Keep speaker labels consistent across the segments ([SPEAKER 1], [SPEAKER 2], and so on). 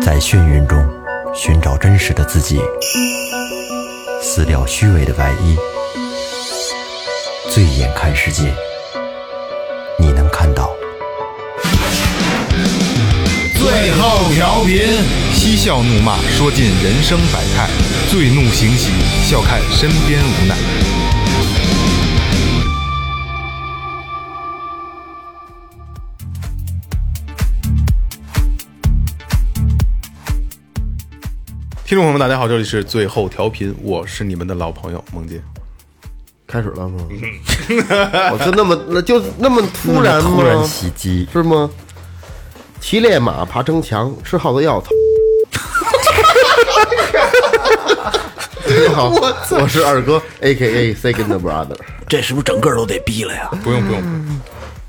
[SPEAKER 1] 在眩晕中寻找真实的自己，撕掉虚伪的外衣，醉眼看世界，你能看到。
[SPEAKER 2] 最后调频，
[SPEAKER 3] 嬉笑怒骂，说尽人生百态；醉怒行喜，笑看身边无奈。听众朋友们，大家好，这里是最后调频，我是你们的老朋友孟杰。
[SPEAKER 4] 开始了吗？我就那么那就嗯那么突然吗？
[SPEAKER 1] 突然袭击，
[SPEAKER 4] 是吗？骑烈马，爬城墙，吃耗子药。 操大家好，我是二哥，A K A Second Brother。
[SPEAKER 5] 这是不是整个都得逼了呀？
[SPEAKER 3] 啊不用不用，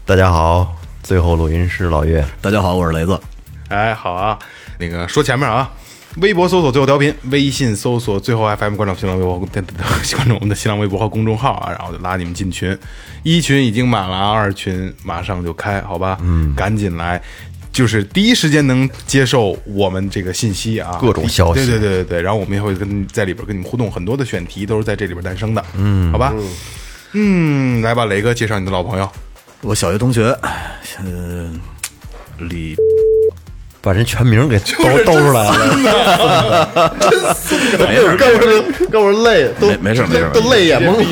[SPEAKER 1] 大家好，最后录音师老岳，
[SPEAKER 5] 大家好，我是雷子。
[SPEAKER 3] 哎，好啊，那个说前面啊，微博搜索最后调频，微信搜索最后 FM，关注新浪微博，关注我们的新浪微博和公众号啊，然后就拉你们进群。一群已经满了啊，二群马上就开，好吧？嗯，赶紧来，就是第一时间能接受我们这个信息啊，
[SPEAKER 1] 各种消息
[SPEAKER 3] 对对对对对，然后我们也会跟在里边跟你们互动，很多的选题都是在这里边诞生的，嗯，好吧？嗯，来吧，雷哥，介绍你的老朋友。
[SPEAKER 5] 我小学同学，呃，李
[SPEAKER 1] 把人全名 给兜兜出来了。
[SPEAKER 5] 没
[SPEAKER 1] 哎
[SPEAKER 5] 事
[SPEAKER 4] 哥们 儿，哥们儿累，都
[SPEAKER 5] 没没事没事
[SPEAKER 4] 都泪眼蒙蒙。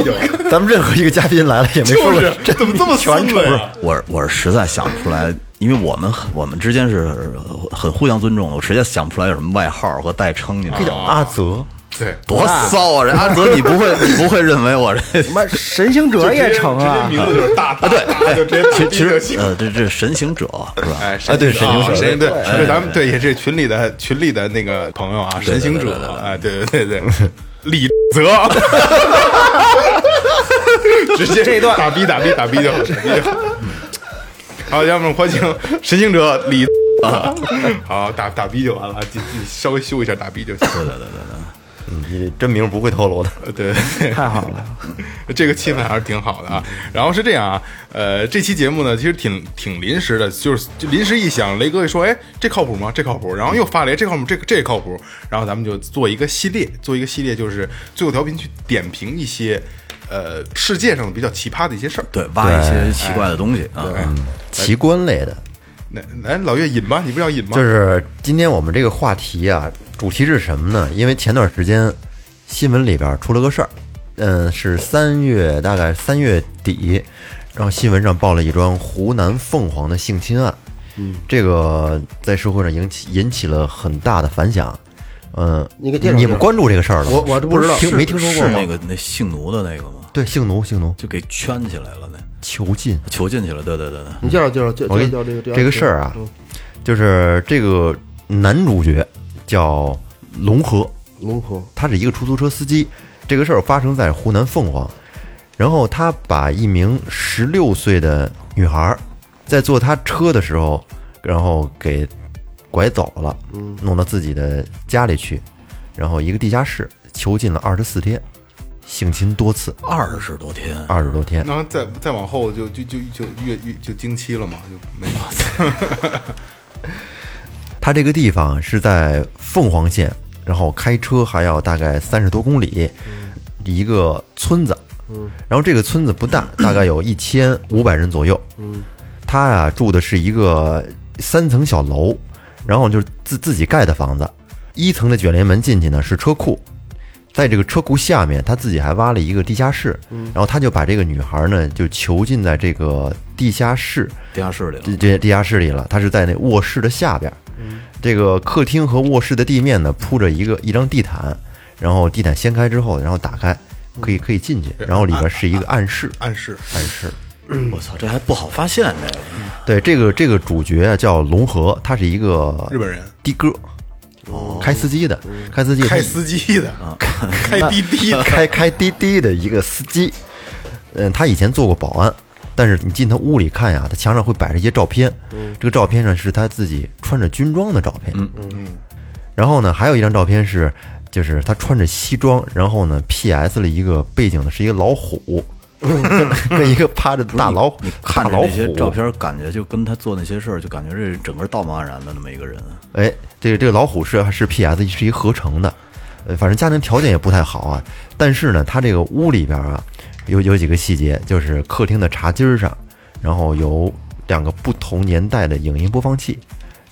[SPEAKER 1] 咱们任何一个嘉宾来了也没哎说过，这
[SPEAKER 3] 怎么这么酸脆啊？
[SPEAKER 5] 我是我是实在想不出来，因为我们我们之间是很互相尊重的，我实在想不出来有什么外号和代称，你知道吗？
[SPEAKER 1] 阿泽，
[SPEAKER 3] 对，
[SPEAKER 5] 多骚啊！这阿泽，你 不会你不会认为我这
[SPEAKER 6] 妈神行者也成啊！
[SPEAKER 3] 名字就是大啊，对，就直接
[SPEAKER 5] 其实其实呃，这这神行者是吧？
[SPEAKER 3] 哎，
[SPEAKER 1] 哎对神行者
[SPEAKER 3] 神行对，是咱们对，也是群里的群里的那个朋友啊，神行者，哎，对对对对，李泽， 直接这段打逼打逼打逼就好，打逼就好。好，家人们欢迎神行者李 泽，好打打逼就完了，你你稍微修一下打逼就行。
[SPEAKER 1] 你真名不会透露的。
[SPEAKER 3] 呃对，太好了， 这个气氛还是挺好的啊。然后是这样啊，呃，这期节目呢，其实挺挺临时的，就是就临时一想，雷哥一说，哎，这靠谱吗？这靠谱。然后又发哎雷，这靠谱，这这靠谱。然后咱们就做一个系列，做一个系列，就是最后调频去点评一些，呃，世界上比较奇葩的一些事儿。
[SPEAKER 5] 对，挖一些奇怪的东西啊。
[SPEAKER 1] 奇观类的，
[SPEAKER 3] 来来，老岳引吧，你不是要引吗？
[SPEAKER 1] 就是今天我们这个话题啊，主题是什么呢？因为前段时间新闻里边出了个事儿，嗯，是三月大概三月底，然后新闻上报了一桩湖南凤凰的性侵案，嗯，这个在社会上引起引起了很大的反响，嗯，
[SPEAKER 4] 你给介绍
[SPEAKER 1] 你们关注这个事儿了吗？
[SPEAKER 4] 我我这不知道
[SPEAKER 1] 听没听说过
[SPEAKER 5] 是
[SPEAKER 1] 吗
[SPEAKER 5] 那个那性奴的那个吗？
[SPEAKER 1] 对，性奴性奴
[SPEAKER 5] 就给圈起来了，那
[SPEAKER 1] 囚禁，
[SPEAKER 5] 囚禁去了。对对对对，
[SPEAKER 4] 你介绍介绍介
[SPEAKER 1] 我
[SPEAKER 4] 绍
[SPEAKER 1] 给
[SPEAKER 4] 介绍这个
[SPEAKER 1] 这个事儿啊
[SPEAKER 4] 嗯
[SPEAKER 1] 就是这个男主角叫龙河，
[SPEAKER 4] 龙虎
[SPEAKER 1] 他是一个出租车司机。这个事儿发生在湖南凤凰，然后他把一名十六岁的女孩儿在坐他车的时候，然后给拐走了，弄到自己的家里去，然后一个地下室囚禁了二十四天，性侵多次，
[SPEAKER 5] 二十多天，
[SPEAKER 1] 二十多天。
[SPEAKER 3] 然后再再往后就就就就越越就经期了嘛，就没有。
[SPEAKER 1] 他这个地方是在凤凰县，然后开车还要大概三十多公里，一个村子。然后这个村子不大，大概有一千五百人左右。他呀、住的是一个三层小楼，然后就是自自己盖的房子。一层的卷帘门进去呢是车库，在这个车库下面，他自己还挖了一个地下室，然后他就把这个女孩呢就囚禁在这个地下室，
[SPEAKER 5] 地下室里了。
[SPEAKER 1] 这这地下室里了，它是在那卧室的下边儿。
[SPEAKER 3] 嗯
[SPEAKER 1] 这个客厅和卧室的地面呢铺着一个一张地毯，然后地毯掀开之后，然后打开，可以可以进去，然后里边是一个暗室。
[SPEAKER 3] 嗯暗示
[SPEAKER 5] 我操，这还不好发现这个。
[SPEAKER 1] 对，这个这个主角啊叫龙河，他是一个
[SPEAKER 3] 日本人哦嗯
[SPEAKER 1] 的哥，开司机的，开司机，
[SPEAKER 3] 开司机的，开滴滴 的，
[SPEAKER 1] 开开滴滴的一个司机。嗯，他以前做过保安，但是你进他屋里看呀，他墙上会摆着一些照片，
[SPEAKER 5] 嗯
[SPEAKER 1] 这个照片上是他自己穿着军装的照片。嗯嗯。然后呢，还有一张照片是， 就是他穿着西装，然后呢 P S 了一个背景呢是一个老虎，跟一个趴哦着的大老虎
[SPEAKER 5] 看
[SPEAKER 1] 大
[SPEAKER 5] 着
[SPEAKER 1] 老
[SPEAKER 5] 那些照
[SPEAKER 1] 虎。
[SPEAKER 5] 片，感觉就跟他做那些事儿，就感觉这整个道貌岸然的那么一个人。
[SPEAKER 1] 哎，这个这个老虎是是 PS 是一合成的，呃，反正家庭条件也不太好啊。但是呢，他这个屋里边啊，有有几个细节，就是客厅的茶几儿上，然后有两个不同年代的影音播放器，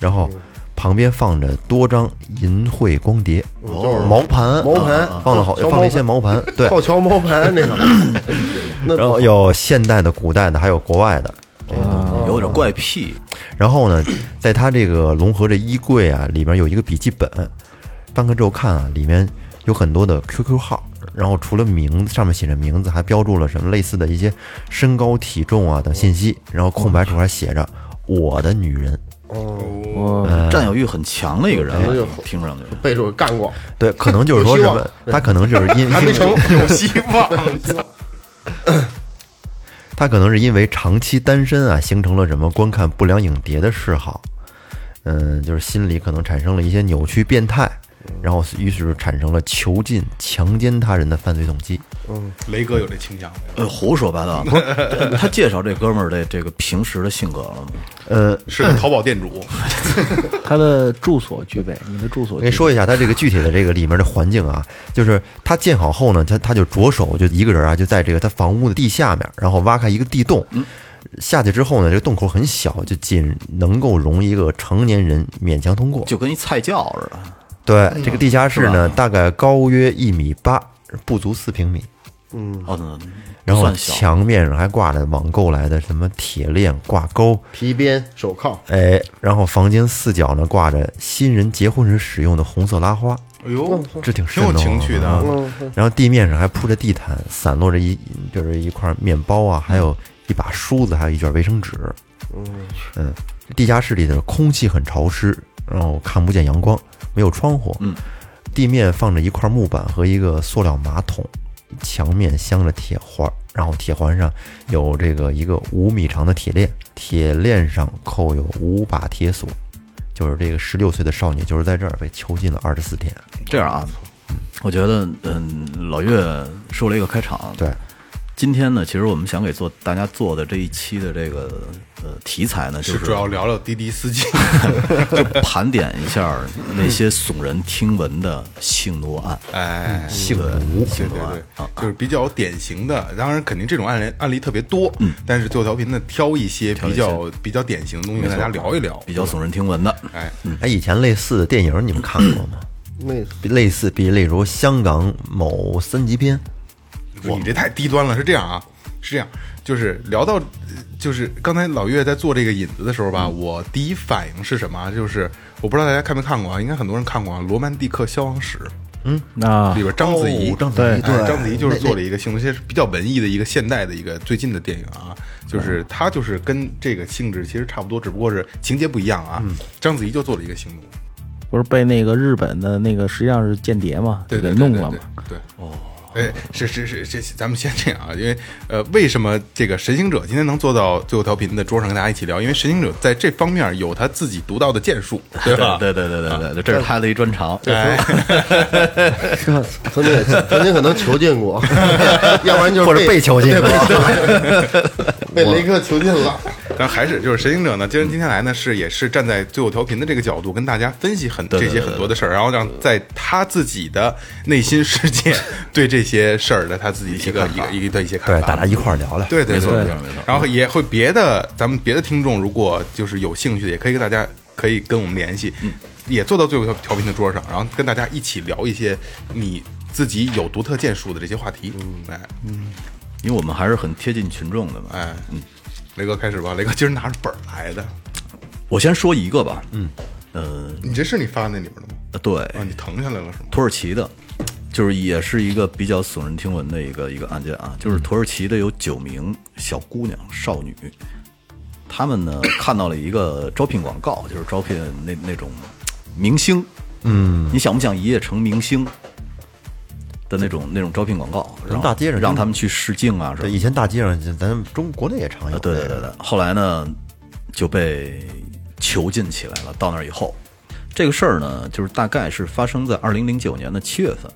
[SPEAKER 1] 然后旁边放着多张银绘光碟，毛盘，
[SPEAKER 4] 哦毛盘
[SPEAKER 1] 啊放了好
[SPEAKER 4] 小毛盘
[SPEAKER 1] 放了一些毛盘，对，
[SPEAKER 4] 靠桥猫盘那个，那
[SPEAKER 1] 然后有现代的、古代的，还有国外的。
[SPEAKER 6] 哦
[SPEAKER 5] 有点怪癖，
[SPEAKER 1] 然后呢，在他这个龙河这衣柜啊，里面有一个笔记本，翻开之后看啊，里面有很多的 QQ 号，然后除了名字上面写着名字，还标注了什么类似的一些身高、体重啊等信息，然后空白处还写着“我的女人
[SPEAKER 6] 哦
[SPEAKER 5] 占有欲很强的一个人啊
[SPEAKER 4] 哎
[SPEAKER 6] 嗯
[SPEAKER 4] 呦，
[SPEAKER 5] 听上去
[SPEAKER 4] 被我干过，”。
[SPEAKER 1] 对，可能就是说
[SPEAKER 4] 有
[SPEAKER 1] 什
[SPEAKER 4] 希望
[SPEAKER 1] 么，他可能就是因
[SPEAKER 4] 还没成
[SPEAKER 1] 为，
[SPEAKER 3] 有希望。
[SPEAKER 1] 他可能是因为长期单身啊，形成了什么观看不良影碟的嗜好，嗯，就是心里可能产生了一些扭曲、变态，然后于是产生了囚禁、强奸他人的犯罪动机。
[SPEAKER 3] 雷哥有这倾向没有？
[SPEAKER 5] 呃，胡说八 道。不是他介绍这哥们儿的这个平时的性格了吗？
[SPEAKER 1] 呃，
[SPEAKER 3] 是淘宝店主，
[SPEAKER 6] 他的住所具备，你的住所
[SPEAKER 1] 我
[SPEAKER 6] 具备
[SPEAKER 1] 跟你，说一下他这个具体的这个里面的环境啊，就是他建好后呢，他他就着手就一个人啊，就在这个他房屋的地下面，然后挖开一个地洞，下去之后呢，这个洞口很小，就仅能够容一个成年人勉强通过。
[SPEAKER 5] 就跟一菜窖似的。
[SPEAKER 1] 对，
[SPEAKER 5] 哎
[SPEAKER 1] 这个地下室呢，大概高约一米八，不足四平米。
[SPEAKER 6] 嗯
[SPEAKER 5] 哦，那那
[SPEAKER 1] 然后
[SPEAKER 5] 算小，
[SPEAKER 1] 墙面上还挂着网购来的什么铁链、挂钩，
[SPEAKER 4] 皮鞭、手铐，
[SPEAKER 1] 哎，然后房间四角呢挂着新人结婚时使用的红色拉花，
[SPEAKER 3] 哎呦，
[SPEAKER 1] 这挺
[SPEAKER 3] 挺有
[SPEAKER 1] 瘆得慌
[SPEAKER 3] 情趣的
[SPEAKER 1] 啊
[SPEAKER 5] 嗯
[SPEAKER 3] 啊。
[SPEAKER 4] 嗯
[SPEAKER 1] 然后地面上还铺着地毯，散落着一就是一块面包啊，还有一把梳子，还有一卷卫生纸。嗯地下室里的空气很潮湿，然后看不见阳光，没有窗户。
[SPEAKER 5] 嗯，
[SPEAKER 1] 地面放着一块木板和一个塑料马桶，墙面镶着铁环，然后铁环上有这个一个五米长的铁链，铁链上扣有五把铁锁。就是这个十六岁的少女，就是在这儿被囚禁了二十四天。
[SPEAKER 5] 这样啊，我觉得嗯，老岳说了一个开场，
[SPEAKER 1] 对，
[SPEAKER 5] 今天呢，其实我们想给做大家做的这一期的这个呃题材呢，就是是
[SPEAKER 3] 主要聊聊滴滴司机，
[SPEAKER 5] 就盘点一下那些耸人听闻的性奴案，
[SPEAKER 3] 哎，
[SPEAKER 5] 性奴性
[SPEAKER 3] 嗯对
[SPEAKER 5] 奴
[SPEAKER 3] 对
[SPEAKER 5] 案啊
[SPEAKER 3] 对，就是比较典型的。当然，肯定这种案例案例特别多，但是最后调频呢，嗯挑一些比较比较典型的东西跟大家聊一聊。
[SPEAKER 5] 比较耸人听闻的。
[SPEAKER 3] 哎，
[SPEAKER 1] 哎，以前类似的电影你们看过吗？
[SPEAKER 4] 那
[SPEAKER 1] 比类似，比例如香港某三级片，
[SPEAKER 3] 你这太低端了。是这样啊，是这样，就是聊到，呃就是刚才老岳在做这个引子的时候吧，我第一反应是什么啊？就是我不知道大家看没看过啊，应该很多人看过啊，《罗曼蒂克消亡史》
[SPEAKER 5] 啊
[SPEAKER 6] 那
[SPEAKER 3] 里边章子怡，
[SPEAKER 1] 章子怡
[SPEAKER 3] 哎章子怡就是做了一个性质比较文艺的一个现代的一个最近的电影啊，就是它就是跟这个性质其实差不多，只不过是情节不一样啊。章子怡就做了一个行动，
[SPEAKER 6] 不是被那个日本的那个实际上是间谍嘛，
[SPEAKER 3] 对
[SPEAKER 6] 给
[SPEAKER 3] 对，对
[SPEAKER 6] 弄了嘛。，
[SPEAKER 3] 对对对对哦。哎，是是是，这咱们先这样啊，因为呃，为什么这个神行者今天能坐到最后调频的桌上跟大家一起聊？因为神行者在这方面有他自己独到的建树，对吧？哎
[SPEAKER 5] 对对对对对对，这是他的一专长。
[SPEAKER 4] 曾经也曾经可能囚 禁过，要不然就是
[SPEAKER 1] 或者被囚禁过
[SPEAKER 4] 对 被被雷克囚 禁了。
[SPEAKER 3] 但还是就是神行者呢，今今天来呢是也是站在最后调频的这个角度跟大家分析很这些很多的事儿，然后让在他自己的内心世界对这些事儿的他自己一个一个一个的一些看
[SPEAKER 1] 对，大。
[SPEAKER 3] 法
[SPEAKER 1] 家一块儿聊聊。
[SPEAKER 3] 对对对对
[SPEAKER 5] 没错没错
[SPEAKER 3] 然后也会别的，咱们别的听众如果就是有兴趣的，也可以跟大家可以跟我们联系，
[SPEAKER 5] 嗯
[SPEAKER 3] 也坐到最后调调频的桌上，然后跟大家一起聊一些你自己有独特建树的这些话题。
[SPEAKER 5] 嗯
[SPEAKER 3] 哎
[SPEAKER 5] 因为我们还是很贴近群众的嘛。
[SPEAKER 3] 哎，雷哥开始吧，雷哥今儿拿着本儿来的，
[SPEAKER 5] 我先说一个吧，嗯，呃，
[SPEAKER 3] 你这是你发那里边的吗？
[SPEAKER 5] 对，
[SPEAKER 3] 啊，你腾下来了是吗？
[SPEAKER 5] 土耳其的，就是也是一个比较耸人听闻的一个一个案件啊，就是土耳其的有九名小姑娘少女，她们呢看到了一个招聘广告，就是招聘那那种明星，嗯，你想不想一夜成明星的那种那种招聘广告，然后
[SPEAKER 1] 大街上
[SPEAKER 5] 让他们去试镜啊什么
[SPEAKER 1] 对，
[SPEAKER 5] 的
[SPEAKER 1] 以前大街上，咱们中国内也常有。
[SPEAKER 5] 啊，对对对对。后来呢，就被囚禁起来了。到那儿以后，这个事儿呢，就是大概是发生在二零零九年的七月份。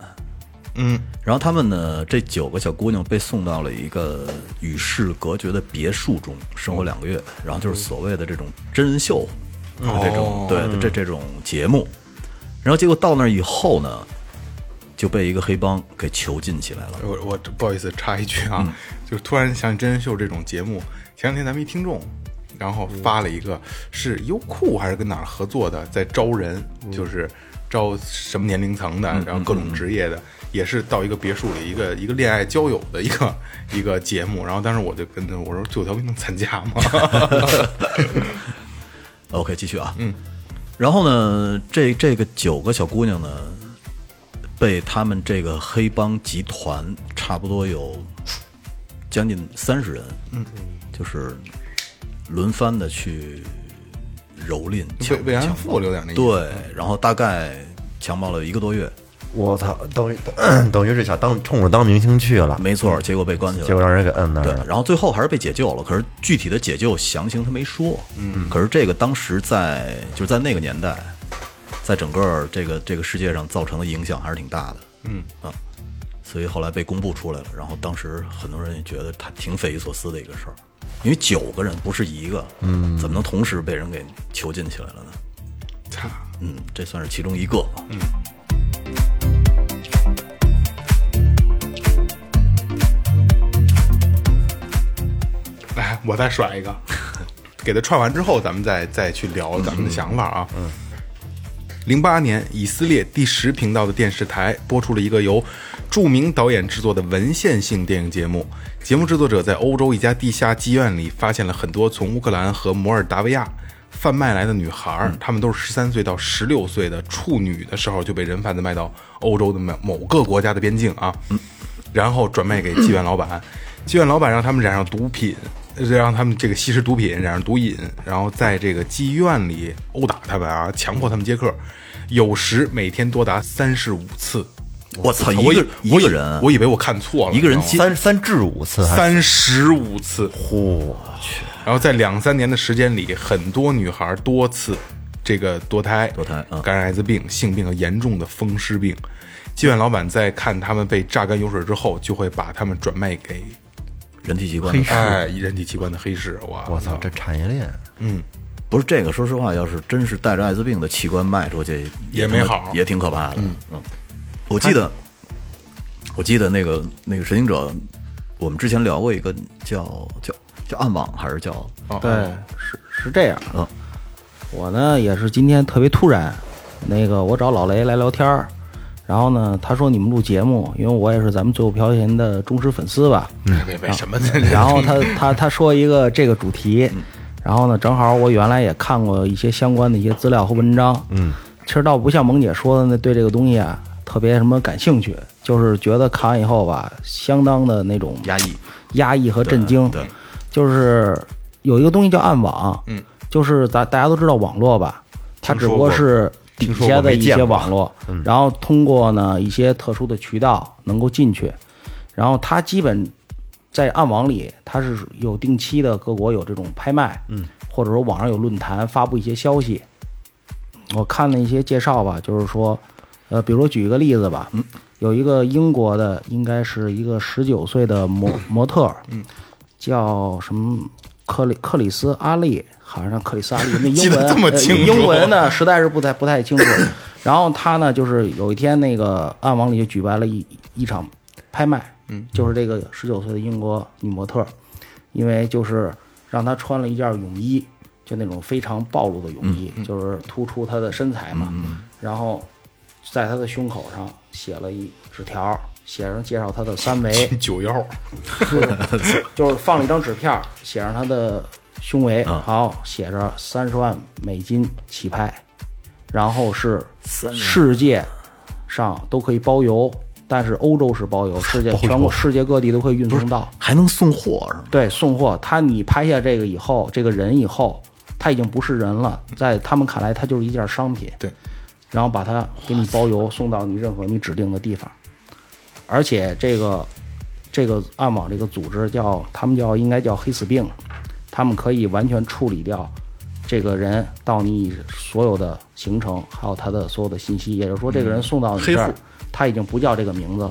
[SPEAKER 3] 嗯，
[SPEAKER 5] 然后他们呢，这九个小姑娘被送到了一个与世隔绝的别墅中生活两个月，然后就是所谓的这种真人秀，啊这种对这这种节目，然后结果到那儿以后呢，就被一个黑帮给囚禁起来了。
[SPEAKER 3] 我我不好意思插一句啊，就突然想起真人秀这种节目，前两天咱们一听众，然后发了一个是优酷还是跟哪儿合作的，在招人，就是招什么年龄层的，然后各种职业的，也是到一个别墅里一个一个恋爱交友的一个 一个节目，然后当时我就跟他我说九条命能参加吗？
[SPEAKER 5] OK，继续啊。嗯，然后呢，这这个九个小姑娘呢，被他们这个黑帮集团差不多有将近三十人，嗯，就是轮番的去蹂躏、
[SPEAKER 3] 慰
[SPEAKER 5] 强
[SPEAKER 3] 慰安
[SPEAKER 5] 强
[SPEAKER 3] 妇
[SPEAKER 5] 暴
[SPEAKER 3] 留点那意思
[SPEAKER 5] 对，然后大概强暴了一个多月，
[SPEAKER 1] 我操，等于 等于是想当冲着当明星去了，
[SPEAKER 5] 没错，结果被关起来
[SPEAKER 1] 结
[SPEAKER 5] 了
[SPEAKER 1] 果。让人给摁那儿
[SPEAKER 5] 对，
[SPEAKER 1] 了。
[SPEAKER 5] 然后最后还是被解救了。可是具体的解救详情他没说。嗯，可是这个当时在就是在那个年代，在整个这个这个世界上造成的影响还是挺大的。嗯啊，所以后来被公布出来了。然后当时很多人也觉得他挺匪夷所思的一个事儿，因为九个人不是一个，嗯，怎么能同时被人给囚禁起来了呢？
[SPEAKER 3] 操，
[SPEAKER 5] 嗯，这算是其中一个。嗯，
[SPEAKER 3] 来， 我再甩一个，给他串完之后，咱们再再去聊咱们的想法啊。嗯。零八年，以色列第十频道的电视台播出了一个由著名导演制作的文献性电影节目。节目制作者在欧洲一家地下妓院里发现了很多从乌克兰和摩尔达维亚贩卖来的女孩儿，她们都是十三岁到十六岁的处女的时候就被人贩子卖到欧洲的某某个国家的边境啊。然后转卖给妓院老板，妓院老板让他们染上毒品，让他们这个吸食毒品，染上毒瘾，然后在这个妓院里殴打他们啊，强迫他们接客，有时每天多达三十五次。
[SPEAKER 5] 我操，
[SPEAKER 3] 我
[SPEAKER 5] 一
[SPEAKER 3] 以
[SPEAKER 5] 个一
[SPEAKER 3] 我以
[SPEAKER 5] 个人，啊
[SPEAKER 3] 我以为我看错了，
[SPEAKER 5] 一个人
[SPEAKER 3] 你知道吗
[SPEAKER 5] 接
[SPEAKER 1] 三三至五次还，
[SPEAKER 3] 三十五次，嚯！然后在两三年的时间里，很多女孩多次这个堕胎、
[SPEAKER 5] 堕胎嗯
[SPEAKER 3] 感染艾滋病、性病和严重的风湿病。妓院老板在看他们被榨干油水之后，就会把他们转卖给
[SPEAKER 5] 人体器官的
[SPEAKER 3] 哎， 人体器官的黑市，哇！
[SPEAKER 1] 我操，这产业链
[SPEAKER 5] 不是这个，说实话，要是真是带着艾滋病的器官卖出去，
[SPEAKER 3] 也没好
[SPEAKER 5] 也挺可怕的。嗯我记得，我记得那个那个神行者，我们之前聊过一个叫叫叫暗网还是叫
[SPEAKER 3] 哦
[SPEAKER 6] 对，是是这样啊。我呢也是今天特别突然，那个我找老雷来聊天儿，然后呢他说你们录节目，因为我也是咱们最后调频的忠实粉丝吧。
[SPEAKER 3] 别别别什么的，
[SPEAKER 6] 嗯然后 他他他说一个这个主题，
[SPEAKER 5] 嗯
[SPEAKER 6] 然后呢，正好我原来也看过一些相关的一些资料和文章，嗯，其实倒不像萌姐说的那对这个东西啊特别什么感兴趣，就是觉得看完以后吧，相当的那种
[SPEAKER 5] 压抑？
[SPEAKER 6] 压抑和震惊，
[SPEAKER 5] 对，
[SPEAKER 6] 就是有一个东西叫暗网，
[SPEAKER 3] 嗯，
[SPEAKER 6] 就是咱大家都知道网络吧，它只不过是底
[SPEAKER 1] 说过
[SPEAKER 6] 下的
[SPEAKER 1] 没
[SPEAKER 6] 一
[SPEAKER 1] 见
[SPEAKER 6] 些
[SPEAKER 1] 过
[SPEAKER 6] 网络，然后通过呢一些特殊的渠道能够进去，然后它基本在暗网里，它是有定期的各国有这种拍卖，嗯，或者说网上有论坛发布一些消息。我看了一些介绍吧，就是说，呃，比如说举一个例子吧，嗯，有一个英国的，应该是一个十九岁的模模特儿，嗯，叫什么克里克里斯阿丽，好像克里斯阿丽，那
[SPEAKER 3] 记
[SPEAKER 6] 英
[SPEAKER 3] 得
[SPEAKER 6] 文
[SPEAKER 3] 这么
[SPEAKER 6] 呃
[SPEAKER 3] 清楚，
[SPEAKER 6] 英文呢实在是不太不太清楚。然后他呢，就是有一天那个暗网里就举办了一一场拍卖，嗯，就是这个十九岁的英国女模特儿，因为就是让她穿了一件泳衣，就那种非常暴露的泳衣，就是突出她的身材嘛，然后在她的胸口上写了一纸条，写上介绍她的三围
[SPEAKER 3] 九幺，
[SPEAKER 6] 就是放了一张纸片儿，写上她的胸围，好写着三十万美金起拍，然后是世界上都可以包邮，但是欧洲是 包邮，世界全国世界各地都可以运送到。
[SPEAKER 5] 还能送货是吗？
[SPEAKER 6] 对，送货，他你拍下这个以后，这个人以后，他已经不是人了，在他们看来，他就是一件商品。
[SPEAKER 3] 对，
[SPEAKER 6] 然后把它给你包邮，送到你任何你指定的地方。而且这个这个暗网这个组织叫他们叫应该叫黑死病，他们可以完全处理掉这个人到你所有的行程，还有他的所有的信息，也就是说，这个人送到你这儿，他已经不叫这个名字了，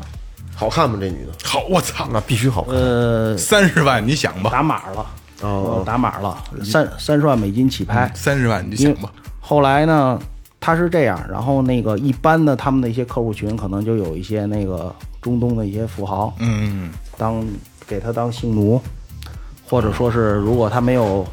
[SPEAKER 4] 好看吗？这女的
[SPEAKER 3] 好，我操，
[SPEAKER 1] 那必须好看。
[SPEAKER 6] 呃，
[SPEAKER 3] 三十万，你想吧，
[SPEAKER 6] 打码了，哦，嗯打码了，三三十万美金起拍，
[SPEAKER 3] 三十万，你
[SPEAKER 6] 因
[SPEAKER 3] 想
[SPEAKER 6] 为
[SPEAKER 3] 吧，
[SPEAKER 6] 后来呢，他是这样，然后那个一般的他们的一些客户群，可能就有一些那个中东的一些富豪，
[SPEAKER 3] 嗯，
[SPEAKER 6] 当给他当性奴，或者说是如果他没有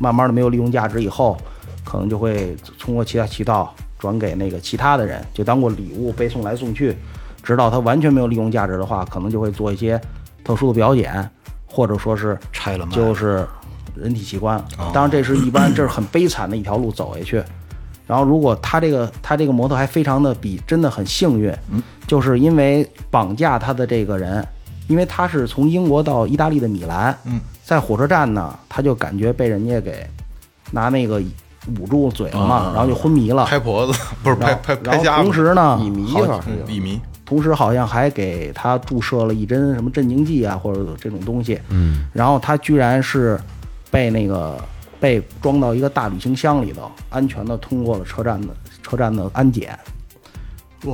[SPEAKER 6] 慢慢的没有利用价值以后，可能就会通过其他渠道转给那个其他的人，就当过礼物被送来送去，直到他完全没有利用价值的话，可能就会做一些特殊的表演，或者说是
[SPEAKER 5] 拆了卖哦
[SPEAKER 6] 就是人体器官。当然，这是一般这是很悲惨的一条路走下去。然后，如果他这个他这个模特还非常的比真的很幸运，
[SPEAKER 3] 嗯
[SPEAKER 6] 就是因为绑架他的这个人，因为他是从英国到意大利的米兰，
[SPEAKER 3] 嗯
[SPEAKER 6] 在火车站呢，他就感觉被人家给拿那个捂住嘴了嘛，然后就昏迷了。
[SPEAKER 3] 啊拍婆子不是
[SPEAKER 6] 然
[SPEAKER 3] 拍
[SPEAKER 6] 后
[SPEAKER 3] 拍
[SPEAKER 6] 然
[SPEAKER 3] 拍
[SPEAKER 6] 后
[SPEAKER 3] 家
[SPEAKER 6] 同时呢，
[SPEAKER 4] 乙醚
[SPEAKER 6] 好
[SPEAKER 4] 吧？
[SPEAKER 3] 嗯乙醚，
[SPEAKER 6] 同时好像还给他注射了一针什么镇静剂啊，或者这种东西。嗯，然后他居然是被那个被装到一个大旅行箱里头，安全的通过了车站的车站的安检，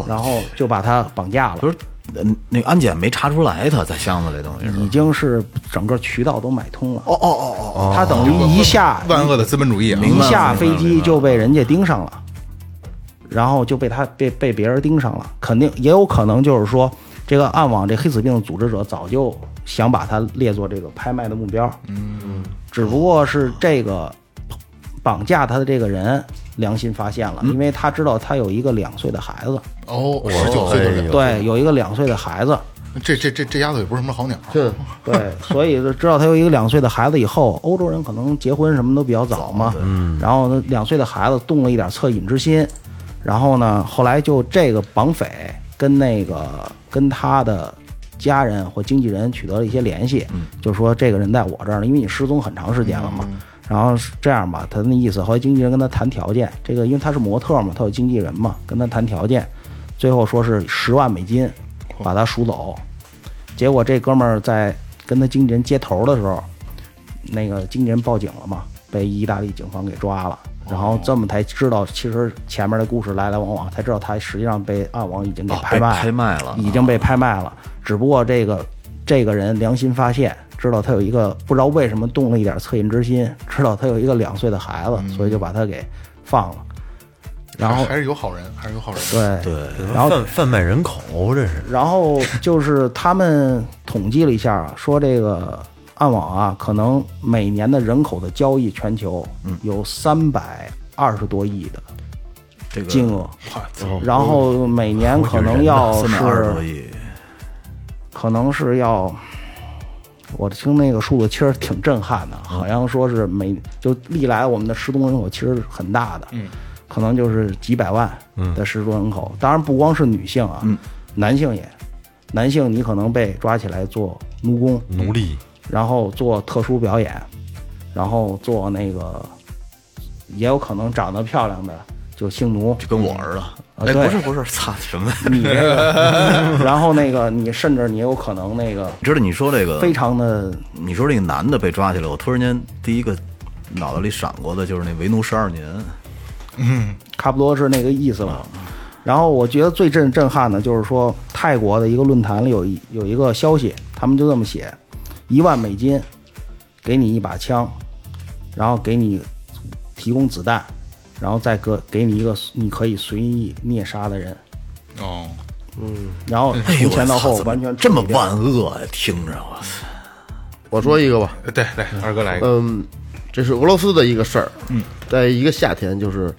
[SPEAKER 6] 然后就把他绑架
[SPEAKER 5] 不
[SPEAKER 6] 了。
[SPEAKER 5] 是，呃那个安检没查出来他在箱子里东西是吧
[SPEAKER 6] 已经是整个渠道都买通了，
[SPEAKER 5] 哦哦哦哦，
[SPEAKER 6] 他等于一下
[SPEAKER 3] 万恶的资本主义啊，
[SPEAKER 5] 明
[SPEAKER 6] 一
[SPEAKER 5] 白
[SPEAKER 6] 下飞
[SPEAKER 5] 明白明
[SPEAKER 6] 机
[SPEAKER 5] 白
[SPEAKER 6] 就被人家盯上了，然后就被他被被别人盯上了，肯定也有可能就是说，这个暗网这黑死病组织者早就想把他列作这个拍卖的目标，嗯，只不过是这个绑架他的这个人良心发现了，
[SPEAKER 5] 嗯
[SPEAKER 6] 因为他知道他有一个两岁的孩子，
[SPEAKER 3] 哦，十九岁的
[SPEAKER 6] 哎
[SPEAKER 3] 人，
[SPEAKER 6] 对，有一个两岁的孩子，
[SPEAKER 3] 这这这这丫头也不是什么好鸟，啊
[SPEAKER 4] 这
[SPEAKER 6] 对，所以就知道他有一个两岁的孩子以后，欧洲人可能结婚什么都比较早嘛，嗯，然后呢，两岁的孩子动了一点恻隐之心，然后呢，后来就这个绑匪跟那个跟他的家人或经纪人取得了一些联系，就说这个人在我这儿呢，因为你失踪很长时间了嘛。然后是这样吧，他那意思，后来经纪人跟他谈条件，这个因为他是模特嘛，他有经纪人嘛，跟他谈条件，最后说是十万美金把他赎走，结果这哥们儿在跟他经纪人接头的时候，那个经纪人报警了嘛，被意大利警方给抓了。然后这么才知道，其实前面的故事来来往往，才知道他实际上被暗网已经给
[SPEAKER 5] 哦
[SPEAKER 6] 拍卖了，
[SPEAKER 5] 被拍卖了
[SPEAKER 6] 已经被拍卖了。只不过这个这个人良心发现，知道他有一个不知道为什么动了一点恻隐之心，知道他有一个两岁的孩
[SPEAKER 5] 嗯
[SPEAKER 6] 子，所以就把他给放了。然后
[SPEAKER 3] 还是有好人，还是有好人，
[SPEAKER 6] 对对，然后
[SPEAKER 1] 贩贩卖人口，这是
[SPEAKER 6] 然后就是他们统计了一下 啊，说这个暗网啊，可能每年的人口的交易，全球
[SPEAKER 5] 嗯
[SPEAKER 6] 有三百二十多亿的
[SPEAKER 5] 这个
[SPEAKER 6] 金额，
[SPEAKER 3] 我操，
[SPEAKER 6] 然后每年可能要
[SPEAKER 5] 三百二十多
[SPEAKER 6] 是
[SPEAKER 5] 亿，
[SPEAKER 6] 可能是要，我听那个数字其实挺震撼的，
[SPEAKER 1] 嗯
[SPEAKER 6] 好像说是每就历来我们的失踪人口其实很大的，嗯，可能就是几百万
[SPEAKER 1] 嗯
[SPEAKER 6] 的失踪人口，当然不光是女性啊，男性也。男性，你可能被抓起来做奴工，
[SPEAKER 1] 奴隶，
[SPEAKER 6] 然后做特殊表演，然后做那个，也有可能长得漂亮的就 性奴，
[SPEAKER 5] 就跟我似的。
[SPEAKER 6] 啊
[SPEAKER 5] 哎，
[SPEAKER 6] 对
[SPEAKER 5] 不是不是，操什么？
[SPEAKER 6] 你这个，然后那个你甚至你有可能那个
[SPEAKER 5] 你知道你说这个
[SPEAKER 6] 非常的
[SPEAKER 5] 你说这个男的被抓起来，我突然间第一个脑袋里闪过的就是那《为奴十二年》，
[SPEAKER 6] 差不多是那个意思吧。然后我觉得最震震撼的就是说，泰国的一个论坛里有一有一个消息，他们就这么写：一万美金给你一把枪，然后给你提供子弹，然后再给给你一个你可以随意虐杀的人，
[SPEAKER 3] 哦，
[SPEAKER 6] 然后
[SPEAKER 5] 哎呦
[SPEAKER 6] 从前到
[SPEAKER 5] 哎我
[SPEAKER 6] 后
[SPEAKER 5] 操
[SPEAKER 6] 完全
[SPEAKER 5] 这么
[SPEAKER 6] 处理掉
[SPEAKER 5] 万恶呀！听着啊我操，
[SPEAKER 4] 我说一个吧，
[SPEAKER 3] 对对，二
[SPEAKER 6] 呃
[SPEAKER 3] 哥来一个，
[SPEAKER 4] 嗯，这是俄罗斯的一个事儿。嗯，在一个夏天，就是，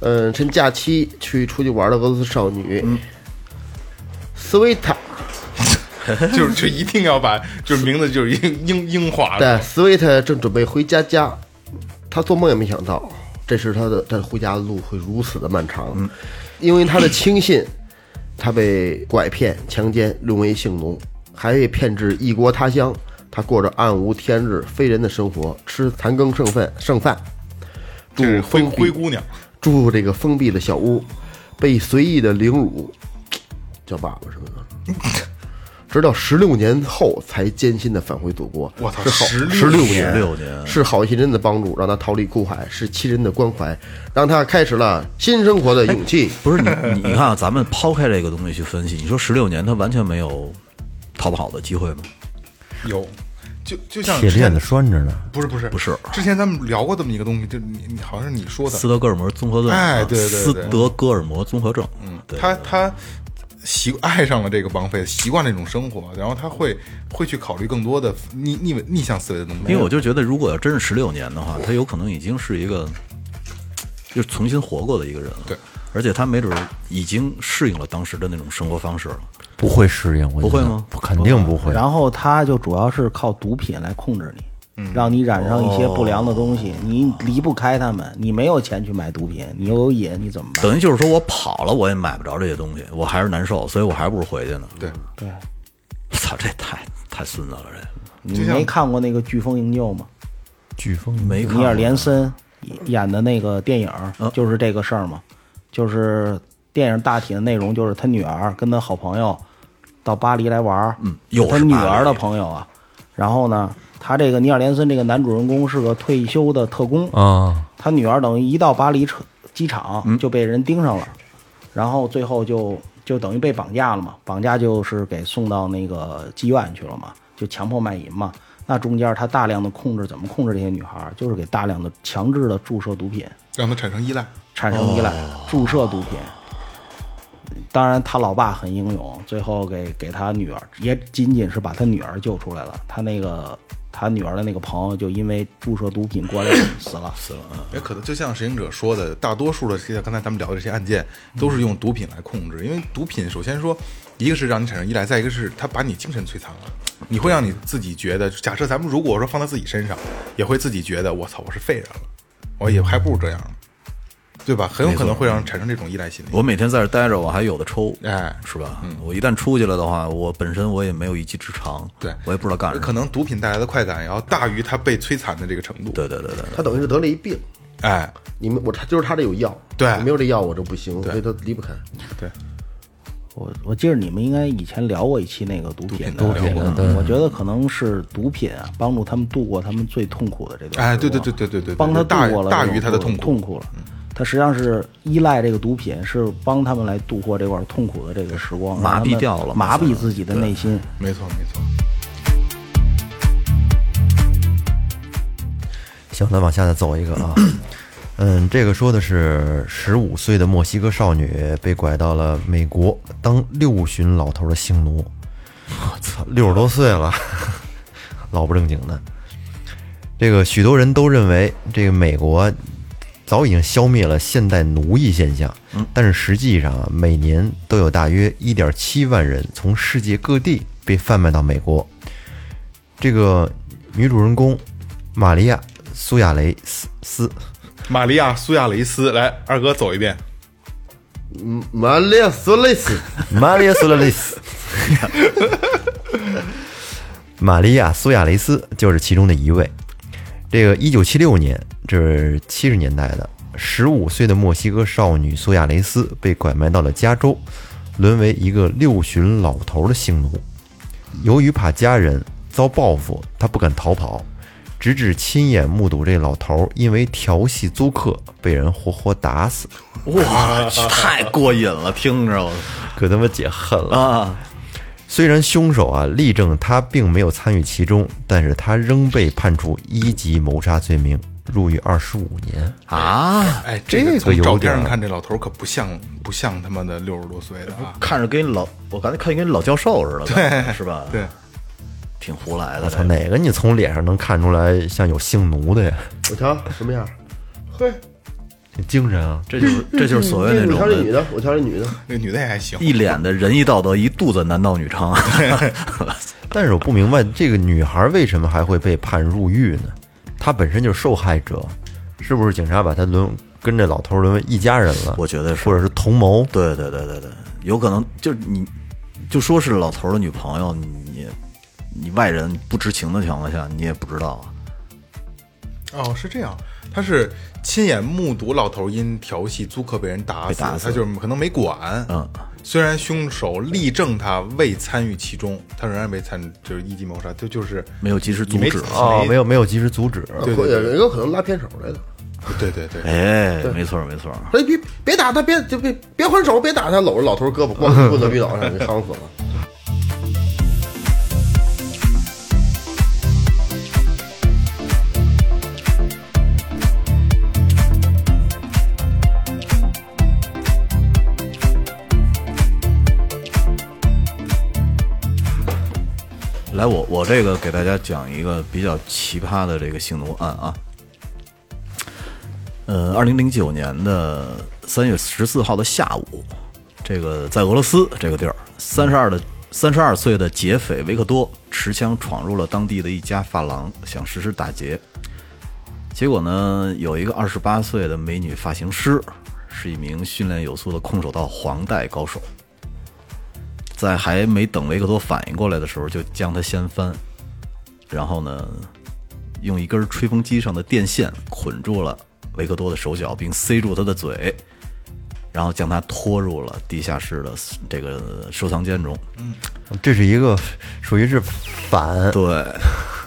[SPEAKER 4] 嗯，趁假期去出去玩的俄罗斯少女，
[SPEAKER 1] 嗯
[SPEAKER 4] 斯维塔，
[SPEAKER 3] 就是就一定要把就是名字就是英英英化的，
[SPEAKER 4] 对，斯维塔正准备回家家，她做梦也没想到，这是她的，但是回家的路会如此的漫长，
[SPEAKER 3] 嗯
[SPEAKER 4] 因为她的轻信， 她被拐骗、强奸、沦为性奴，还被骗至异国他乡。她过着暗无天日、非人的生活，吃残羹剩饭剩饭，住
[SPEAKER 3] 这是灰
[SPEAKER 4] 封闭
[SPEAKER 3] 灰姑娘，
[SPEAKER 4] 住这个封闭的小屋，被随意的凌辱，叫爸爸什么的，啊直到十六年后才艰辛的返回祖国。
[SPEAKER 3] 我操
[SPEAKER 4] 是好
[SPEAKER 3] 16
[SPEAKER 4] 十年，
[SPEAKER 5] 16年
[SPEAKER 4] 是好心人的帮助，让他逃离苦海；是亲人的关怀，让他开始了新生活的勇气。
[SPEAKER 5] 不是你你 你看啊，咱们抛开这个东西去分析，你说十六年他完全没有逃跑的机会吗？
[SPEAKER 3] 有，就就像
[SPEAKER 1] 铁
[SPEAKER 3] 之前
[SPEAKER 1] 链子拴着呢。
[SPEAKER 3] 不是不是
[SPEAKER 5] 不是
[SPEAKER 3] 之前咱们聊过这么一个东西，就你你好像是你说的
[SPEAKER 5] 斯，德哥尔摩综合症啊，
[SPEAKER 3] 哎对对对
[SPEAKER 5] 斯德哥尔摩综合症，嗯，对，
[SPEAKER 3] 他他习爱上了这个王菲，习惯这种生活，然后他会会去考虑更多的逆逆逆向思维的东西。
[SPEAKER 5] 因为我就觉得，如果要真是十六年的话，他有可能已经是一个，就是重新活过的一个人了。
[SPEAKER 3] 对，
[SPEAKER 5] 而且他没准儿已经适应了当时的那种生活方式了。
[SPEAKER 1] 不会适应，我觉得
[SPEAKER 5] 不会吗？
[SPEAKER 1] 肯定不会。
[SPEAKER 6] 然后他就主要是靠毒品来控制你，
[SPEAKER 5] 嗯
[SPEAKER 6] 让你染上一些不良的东
[SPEAKER 5] 哦
[SPEAKER 6] 西，你离不开他们，你没有钱去买毒品，你又有瘾，你怎么办？
[SPEAKER 5] 等于就是说我跑了，我也买不着这些东西，我还是难受，所以我还不如回去呢。
[SPEAKER 3] 对，
[SPEAKER 6] 对，
[SPEAKER 5] 操，这太太孙子了，这
[SPEAKER 6] 你没看过那个《飓风营救》吗？
[SPEAKER 1] 飓风
[SPEAKER 5] 没看
[SPEAKER 6] 尼
[SPEAKER 5] 过嗯
[SPEAKER 6] 尔连森演的那个电影儿就是这个事儿嘛，就是电影大体的内容就是他女儿跟他好朋友到巴黎来玩儿，
[SPEAKER 5] 嗯又是
[SPEAKER 6] 他女儿
[SPEAKER 5] 巴
[SPEAKER 6] 的
[SPEAKER 5] 黎
[SPEAKER 6] 朋友啊。然后呢，他这个尼尔连森这个男主人公是个退休的特工，
[SPEAKER 1] 啊，
[SPEAKER 6] 他女儿等于一到巴黎车机
[SPEAKER 5] 嗯
[SPEAKER 6] 场就被人盯上了，然后最后就就等于被绑架了嘛，绑架就是给送到那个妓院去了嘛，就强迫卖淫嘛。那中间他大量的控制，怎么控制这些女孩儿？就是给大量的强制的注射毒品，
[SPEAKER 3] 让他产生依赖。
[SPEAKER 6] 产生依赖，
[SPEAKER 3] 哦
[SPEAKER 6] 注射毒品。当然，他老爸很英勇，最后给给他女儿，也仅仅是把他女儿救出来了。他那个他女儿的那个朋友就因为注射毒品过量 死了。
[SPEAKER 5] 死了。
[SPEAKER 3] 也哎可能就像使行者说的，大多数的这些刚才咱们聊的这些案件，都是用毒品来控制。因为毒品首先说，一个是让你产生依赖，再一个是它把你精神摧残了，你会让你自己觉得，假设咱们如果说放在自己身上，也会自己觉得我操，我是废人了，我也还不如这样呢，对吧？很有可能会让人产生这种依赖心理。
[SPEAKER 5] 我每天在这待着，我还有的抽，
[SPEAKER 3] 哎
[SPEAKER 5] 是吧？我一旦出去了的话，我本身我也没有一技之长，
[SPEAKER 3] 对
[SPEAKER 5] 我也不知道干什么。
[SPEAKER 3] 可能毒品带来的快感也要大于他被摧残的这个程度。
[SPEAKER 5] 对对对对对，
[SPEAKER 4] 他等于是得了一病，
[SPEAKER 3] 哎，
[SPEAKER 4] 你们我他就是他这有药，
[SPEAKER 3] 对
[SPEAKER 4] 你没有这药我就不行，所以他离不开。
[SPEAKER 3] 对，
[SPEAKER 6] 我我记得你们应该以前聊过一期那个毒品的这个，
[SPEAKER 3] 嗯
[SPEAKER 6] 我觉得可能是毒品啊，帮助他们度过他们最痛苦的这段时光。
[SPEAKER 3] 哎对对对对对对对
[SPEAKER 6] 帮他度过了
[SPEAKER 3] 大于大于
[SPEAKER 6] 这种
[SPEAKER 3] 他的痛苦嗯
[SPEAKER 6] 痛苦了。他实际上是依赖这个毒品，是帮他们来度过这块痛苦的这个时光，
[SPEAKER 5] 麻痹
[SPEAKER 6] 让他们
[SPEAKER 5] 掉了
[SPEAKER 6] 麻痹自己的内心。
[SPEAKER 3] 没错没错。
[SPEAKER 1] 行，咱往下再走一个 啊。嗯，这个说的是十五岁的墨西哥少女被拐到了美国当六旬老头的性奴。我操，六十多岁了，老不正经的。这个许多人都认为，这个美国早已经消灭了现代奴役现象，但是实际上啊，每年都有大约一点七万人从世界各地被贩卖到美国。这个女主人公玛利亚·苏亚雷斯斯
[SPEAKER 3] 玛利亚·苏亚雷斯，来，二哥走一遍。
[SPEAKER 4] 嗯，马利亚索雷斯，
[SPEAKER 1] 玛利亚·苏亚雷斯，玛利亚·苏亚雷斯就是其中的一位。这个一九七六年，这是七十年代的，十五岁的墨西哥少女苏亚雷斯被拐卖到了加州，沦为一个六旬老头的性奴。由于怕家人遭报复，她不敢逃跑，直至亲眼目睹这老头因为调戏租客被人活活打死，
[SPEAKER 5] 哇， 太过瘾了，听着我
[SPEAKER 1] 可他妈解恨了。
[SPEAKER 5] 啊，
[SPEAKER 1] 虽然凶手啊力证他并没有参与其中，但是他仍被判处一级谋杀罪名，入狱二十五年。
[SPEAKER 5] 啊，
[SPEAKER 3] 哎，这个
[SPEAKER 1] 这个
[SPEAKER 3] 从
[SPEAKER 1] 有
[SPEAKER 3] 照片上
[SPEAKER 1] 点儿
[SPEAKER 3] 看，这老头可不像不像他妈的六十多岁的 啊。
[SPEAKER 5] 看着跟老，我刚才看跟老教授似的，感觉是吧？
[SPEAKER 3] 对，
[SPEAKER 5] 挺胡 来的。
[SPEAKER 1] 我操，
[SPEAKER 5] 这
[SPEAKER 1] 哪个你从脸上能看出来像有性奴的呀？
[SPEAKER 4] 我瞧什么样？
[SPEAKER 1] 挺精神啊！
[SPEAKER 5] 这就是 这就是所谓那
[SPEAKER 4] 你
[SPEAKER 5] 种
[SPEAKER 4] 瞧这女
[SPEAKER 5] 的
[SPEAKER 4] 的，我瞧这女的，
[SPEAKER 3] 那女的也还行，
[SPEAKER 5] 一脸的仁义道德，一肚子男盗女娼。
[SPEAKER 1] 但是我不明白这个女孩为什么还会被判入狱呢？她本身就是受害者，是不是警察把她沦跟这老头沦为一家人了？
[SPEAKER 5] 我觉得是
[SPEAKER 1] 或者是同谋？
[SPEAKER 5] 对对对对对，有可能就是你，就说是老头儿的女朋友，你你外人不知情的情况下，你也不知道啊。
[SPEAKER 3] 哦，是这样，他是亲眼目睹老头因调戏租客被人打
[SPEAKER 5] 被打死
[SPEAKER 3] 他就是可能没管，
[SPEAKER 5] 嗯，
[SPEAKER 3] 虽然凶手力证他未参与其中，他仍然没参，就是一级谋杀，就就是
[SPEAKER 5] 没有及时
[SPEAKER 3] 你没
[SPEAKER 5] 阻止啊
[SPEAKER 1] 哦，没有没有及时阻止，
[SPEAKER 3] 对
[SPEAKER 4] 或
[SPEAKER 3] 对
[SPEAKER 4] 者也有可能拉偏手来的。
[SPEAKER 3] 对对对，
[SPEAKER 5] 哎，没错没错，
[SPEAKER 4] 哎，别别打他，别就别别还手，别打他，搂着老头胳膊，光棍子逼 脑上，给夯死了。
[SPEAKER 5] 来我我这个给大家讲一个比较奇葩的这个性奴案啊。呃，二零零九年的三月十四号的下午，这个在俄罗斯这个地儿，三十二的三十二岁的劫匪维克多持枪闯入了当地的一家发廊，想实施打劫。结果呢，有一个二十八岁的美女发型师，是一名训练有素的空手道黄带高手，在还没等维克多反应过来的时候，就将他掀翻，然后呢，用一根吹风机上的电线捆住了维克多的手脚，并塞住他的嘴，然后将他拖入了地下室的这个收藏间中。
[SPEAKER 1] 这是一个属于是反
[SPEAKER 5] 对，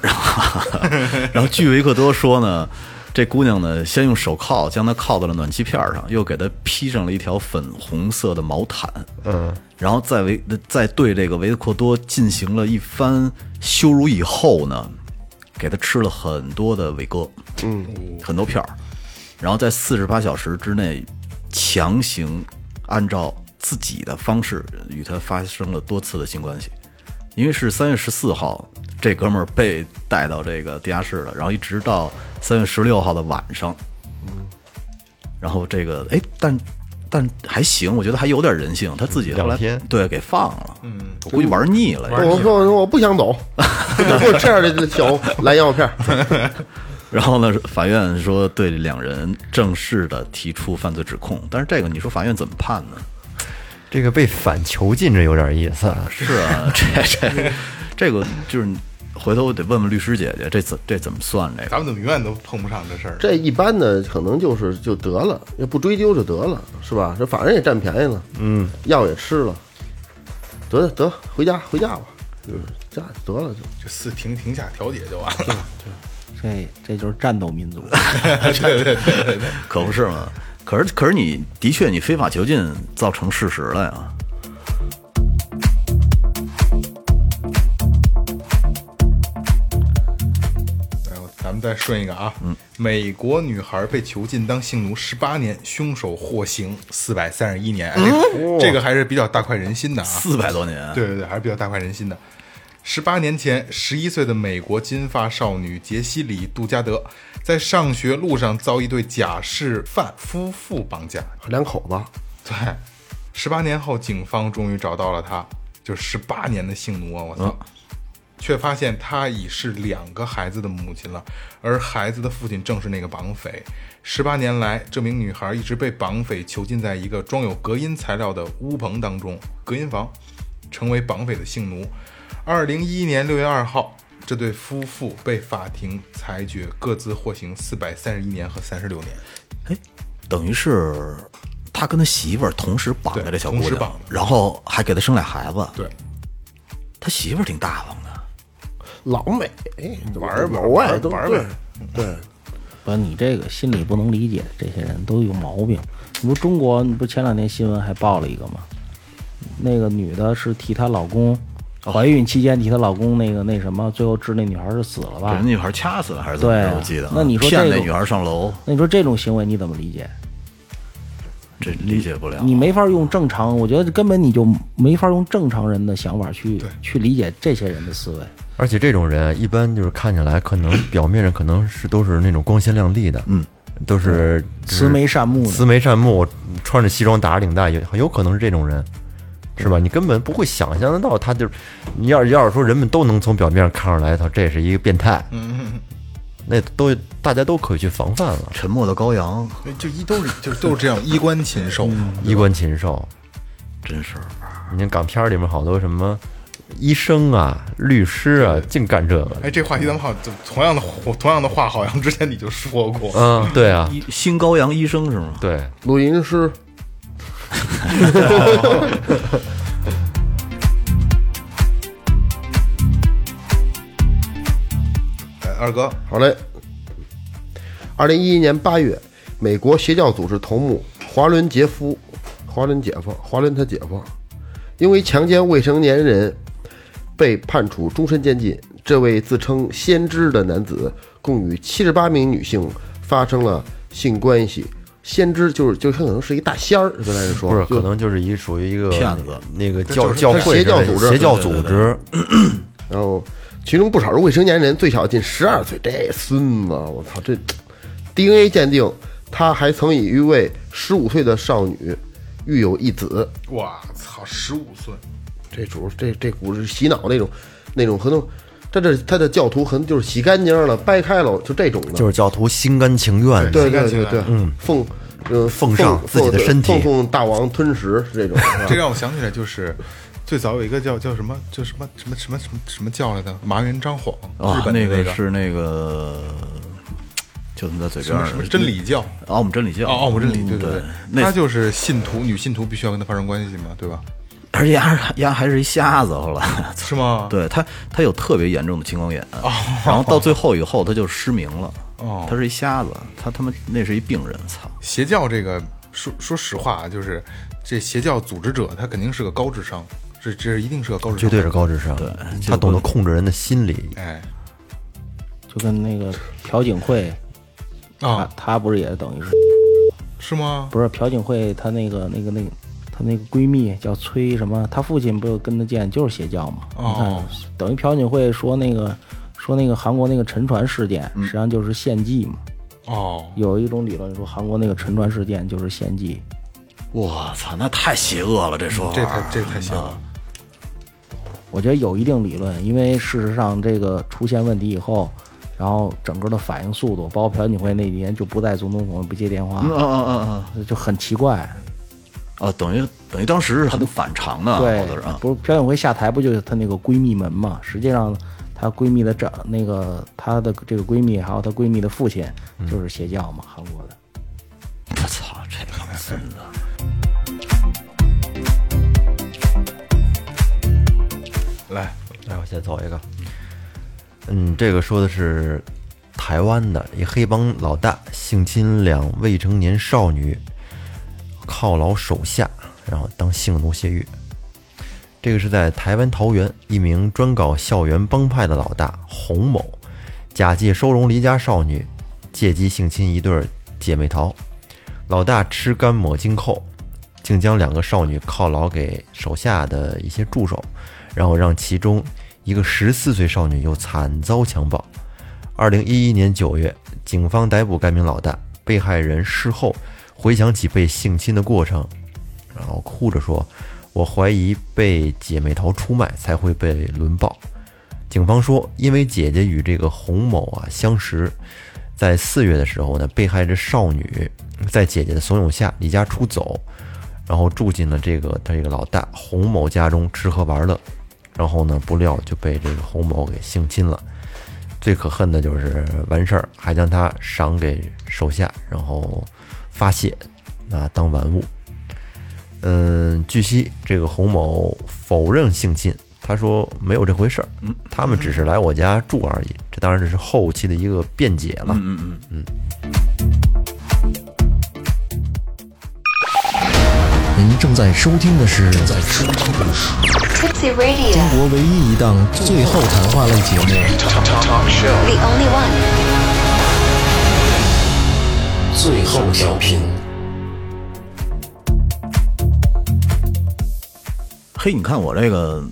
[SPEAKER 5] 然后 然后据维克多说呢，这姑娘呢先用手铐将她铐到了暖气片儿上，又给她披上了一条粉红色的毛毯，嗯，然后再维再对这个维克多进行了一番羞辱以后呢，给他吃了很多的伟哥，嗯，很多片儿，然后在四十八小时之内强行按照自己的方式与他发生了多次的性关系。因为是三月十四号，这哥们儿被带到这个地下室了，然后一直到三月十六号的晚上，然后这个哎，但但还行，我觉得还有点人性，他自己后来
[SPEAKER 1] 两天
[SPEAKER 5] 对给放了，嗯，我估计玩腻了，
[SPEAKER 4] 我说我说我不想走，给我这样的小蓝药片儿，
[SPEAKER 5] 然后呢，法院说对两人正式的提出犯罪指控，但是这个你说法院怎么判呢？
[SPEAKER 1] 这个被反囚禁，这有点意思。啊。
[SPEAKER 5] 是啊， 这这这个就是回头我得问问律师姐姐，这怎这怎么算这个？
[SPEAKER 3] 咱们怎么永远都碰不上这事儿？
[SPEAKER 4] 这一般的可能就是就得了，要不追究就得了，是吧？这反正也占便宜了，嗯，药也吃了，得得回家回家吧，就是家得了就。
[SPEAKER 3] 就四庭庭下调解就完 了。
[SPEAKER 6] 这这就是战斗民族。
[SPEAKER 5] 可不是嘛？可是可是你的确你非法囚禁造成事实了呀。
[SPEAKER 3] 然后哎咱们再顺一个啊，
[SPEAKER 5] 嗯
[SPEAKER 3] 美国女孩被囚禁当性奴十八年，凶手获刑四百三十一年，哎这个这个还是比较大快人心的啊。
[SPEAKER 5] 嗯四百多年，
[SPEAKER 3] 对对对，还是比较大快人心的。十八年前，十一岁的美国金发少女杰西里·杜加德，在上学路上遭一对假释犯夫妇绑架。
[SPEAKER 4] 两口子，
[SPEAKER 3] 对，十八年后，警方终于找到了她，就是十八年的性奴啊！我操，却发现她已是两个孩子的母亲了，而孩子的父亲正是那个绑匪。十八年来，这名女孩一直被绑匪囚禁在一个装有隔音材料的屋棚当中，隔音房，成为绑匪的性奴。二零一一年六月二号，这对夫妇被法庭裁决各自获刑四百三十一年和三十六年。
[SPEAKER 5] 哎，等于是他跟他媳妇儿同时绑的
[SPEAKER 3] 对
[SPEAKER 5] 这小姑
[SPEAKER 3] 同时
[SPEAKER 5] 娘
[SPEAKER 3] 绑，的
[SPEAKER 5] 然后还给他生俩孩子。
[SPEAKER 3] 对，
[SPEAKER 5] 他媳妇儿挺大方的，
[SPEAKER 4] 老美
[SPEAKER 3] 玩儿吧，
[SPEAKER 4] 偶
[SPEAKER 3] 玩
[SPEAKER 4] 尔
[SPEAKER 3] 儿
[SPEAKER 4] 都
[SPEAKER 3] 玩儿
[SPEAKER 4] 对
[SPEAKER 3] 呗。
[SPEAKER 4] 对，
[SPEAKER 6] 不是你这个心里不能理解，这些人都有毛病。你不中国，你不前两天新闻还报了一个吗？那个女的是替她老公
[SPEAKER 3] 哦
[SPEAKER 6] 怀孕期间替她老公那个那什么，最后致那女孩是死了
[SPEAKER 5] 给
[SPEAKER 3] 啊
[SPEAKER 6] 吧
[SPEAKER 5] 人？女孩掐死了还是怎么
[SPEAKER 6] 对
[SPEAKER 5] 着？
[SPEAKER 6] 啊
[SPEAKER 5] 我记得啊
[SPEAKER 6] 那你说
[SPEAKER 5] 骗
[SPEAKER 6] 这个
[SPEAKER 5] 那女孩上楼，
[SPEAKER 6] 那你说这种行为你怎么理解？
[SPEAKER 5] 这理解不了。
[SPEAKER 6] 你没法用正常，我觉得根本你就没法用正常人的想法去去理解这些人的思维。
[SPEAKER 1] 而且这种人啊一般就是看起来可 能表面上可能是都是那种光鲜亮丽的，嗯，都是
[SPEAKER 6] 慈眉善目的
[SPEAKER 1] 慈眉善目，穿着西装打着领带，有很有可能是这种人，是吧？你根本不会想象得到，他就是你要要是说人们都能从表面上看出来，他这是一个变态，
[SPEAKER 3] 嗯，
[SPEAKER 1] 那都大家都可以去防范了，
[SPEAKER 5] 沉默的羔羊，
[SPEAKER 3] 哎就一都是就都是这样衣冠禽兽嘛。
[SPEAKER 1] 衣冠禽兽。
[SPEAKER 5] 真是
[SPEAKER 1] 你看港片儿里面好多什么医生啊、律师啊，净干这个。
[SPEAKER 3] 哎，这话题咱们好像就同样的同样的话，好像之前你就说过。
[SPEAKER 1] 嗯，对啊，
[SPEAKER 5] 一新羔羊医生是吗？
[SPEAKER 1] 对，
[SPEAKER 4] 录音师
[SPEAKER 3] 哎二哥，
[SPEAKER 4] 好嘞。二零一一年八月，美国邪教组织头目华伦杰夫，华伦姐夫，华伦他姐夫，因为强奸未成年人被判处终身监禁。这位自称先知的男子共与七十八名女性发生了性关系。先知就是就可能是一大仙儿，咱来说
[SPEAKER 1] 不是，
[SPEAKER 4] 就
[SPEAKER 1] 可能就是一属于一个
[SPEAKER 5] 骗子
[SPEAKER 1] 那个教
[SPEAKER 3] 就是
[SPEAKER 1] 教会
[SPEAKER 4] 邪教
[SPEAKER 1] 之类的
[SPEAKER 4] 组织
[SPEAKER 1] 邪教组织，
[SPEAKER 4] 然后其中不少是未成年人，最小近十二岁。这孙子，我操，这 DNA 鉴定，他还曾与一位十五岁的少女育有一子。
[SPEAKER 3] 我操，十五岁，
[SPEAKER 4] 这主这这股是洗脑那种，那种可能他这他的教徒可能就是洗干净了、掰开了，就这种的。
[SPEAKER 1] 就是教徒心甘情愿
[SPEAKER 4] 对
[SPEAKER 1] 的，
[SPEAKER 4] 对对对，嗯，奉呃
[SPEAKER 1] 奉上自己的身体
[SPEAKER 4] 奉奉大王吞食是这种。是
[SPEAKER 5] 嗯
[SPEAKER 4] 吧
[SPEAKER 3] 这让我想起来就是。最早有一个叫叫什么，叫什么什么什么什么什么教来的麻原彰晃，
[SPEAKER 5] 啊
[SPEAKER 3] 日，本的
[SPEAKER 5] 那
[SPEAKER 3] 那
[SPEAKER 5] 个是那个，就那么在嘴
[SPEAKER 3] 什
[SPEAKER 5] 边
[SPEAKER 3] 么
[SPEAKER 5] 儿
[SPEAKER 3] 什么真理教，
[SPEAKER 5] 奥姆真理教，
[SPEAKER 3] 哦，奥姆真理，
[SPEAKER 5] 嗯
[SPEAKER 3] 对
[SPEAKER 5] 对
[SPEAKER 3] 对，他
[SPEAKER 5] 那
[SPEAKER 3] 就是信徒，女信徒必须要跟他发生关系嘛，对吧？
[SPEAKER 5] 而且丫丫还是一瞎子，后来
[SPEAKER 3] 是吗？，
[SPEAKER 5] 对他，他有特别严重的青光眼，然后到最后以后他就失明了。
[SPEAKER 3] 哦
[SPEAKER 5] 他是一瞎子，他他妈那是一病人，操！
[SPEAKER 3] 邪教这个说说实话啊，就是这邪教组织者，他肯定是个高智商，这这一定是个高智
[SPEAKER 1] 绝
[SPEAKER 3] 商，
[SPEAKER 1] 对是。高智商，他懂得控制人的心理。
[SPEAKER 3] 哎，
[SPEAKER 6] 就跟那个朴槿惠，他
[SPEAKER 3] 啊，
[SPEAKER 6] 他不是也等于是
[SPEAKER 3] 是吗？
[SPEAKER 6] 不是朴槿惠她那个那个那个她那个闺蜜叫崔什么，她父亲不就跟她见就是邪教嘛？
[SPEAKER 3] 哦
[SPEAKER 6] 你看，等于朴槿惠说那个说那个韩国那个沉船事件，实际上就是献祭嘛。
[SPEAKER 3] 哦，
[SPEAKER 6] 有一种理论说韩国那个沉船事件就是献祭，
[SPEAKER 5] 我操，那太邪恶了，这说法
[SPEAKER 3] 这太这
[SPEAKER 5] 嗯
[SPEAKER 3] 太邪
[SPEAKER 5] 啊
[SPEAKER 3] 了。
[SPEAKER 6] 我觉得有一定理论，因为事实上这个出现问题以后。然后整个的反应速度，包括朴槿惠那几年就不在总统府不接电话，
[SPEAKER 5] 嗯嗯嗯嗯嗯，
[SPEAKER 6] 就很奇怪。
[SPEAKER 5] 哦，等于等于当时是很反常的，
[SPEAKER 6] 对
[SPEAKER 5] 好多人啊，
[SPEAKER 6] 不是朴槿惠下台不就是她那个闺蜜门嘛？实际上，她闺蜜的长那个她的这个闺蜜，还有她闺蜜的父亲就是邪教嘛，韩国的。
[SPEAKER 5] 我操，这帮孙子！
[SPEAKER 3] 来，
[SPEAKER 1] 来，我先走一个。嗯，这个说的是台湾的一黑帮老大性侵两未成年少女，犒劳手下，然后当性奴泄欲。这个是在台湾桃园，一名专搞校园帮派的老大洪某，假借收容离家少女，借机性侵一对儿姐妹淘。老大吃干抹净后，竟将两个少女犒劳给手下的一些助手，然后让其中一个十四岁少女又惨遭强暴。二零一一年九月，警方逮捕该名老大。被害人事后回想起被性侵的过程，然后哭着说：“我怀疑被姐妹淘出卖才会被轮暴。”警方说，因为姐姐与这个洪某啊相识，在四月的时候呢，被害这少女在姐姐的怂恿下离家出走，然后住进了这个他这个老大洪某家中吃喝玩乐，然后呢，不料就被这个洪某给性侵了。最可恨的就是完事儿还将他赏给手下，然后发泄，啊当玩物。嗯，据悉，这个洪某否认性侵，他说没有这回事儿，
[SPEAKER 3] 嗯
[SPEAKER 1] 他们只是来我家住而已。这当然这是后期的一个辩解了。嗯嗯嗯。您正在收听的是正在
[SPEAKER 7] Tipsy Radio,
[SPEAKER 8] 国唯一一档最后谈话类节目
[SPEAKER 7] the only one.
[SPEAKER 8] 《最后调频》。
[SPEAKER 5] 嘿，你看我这个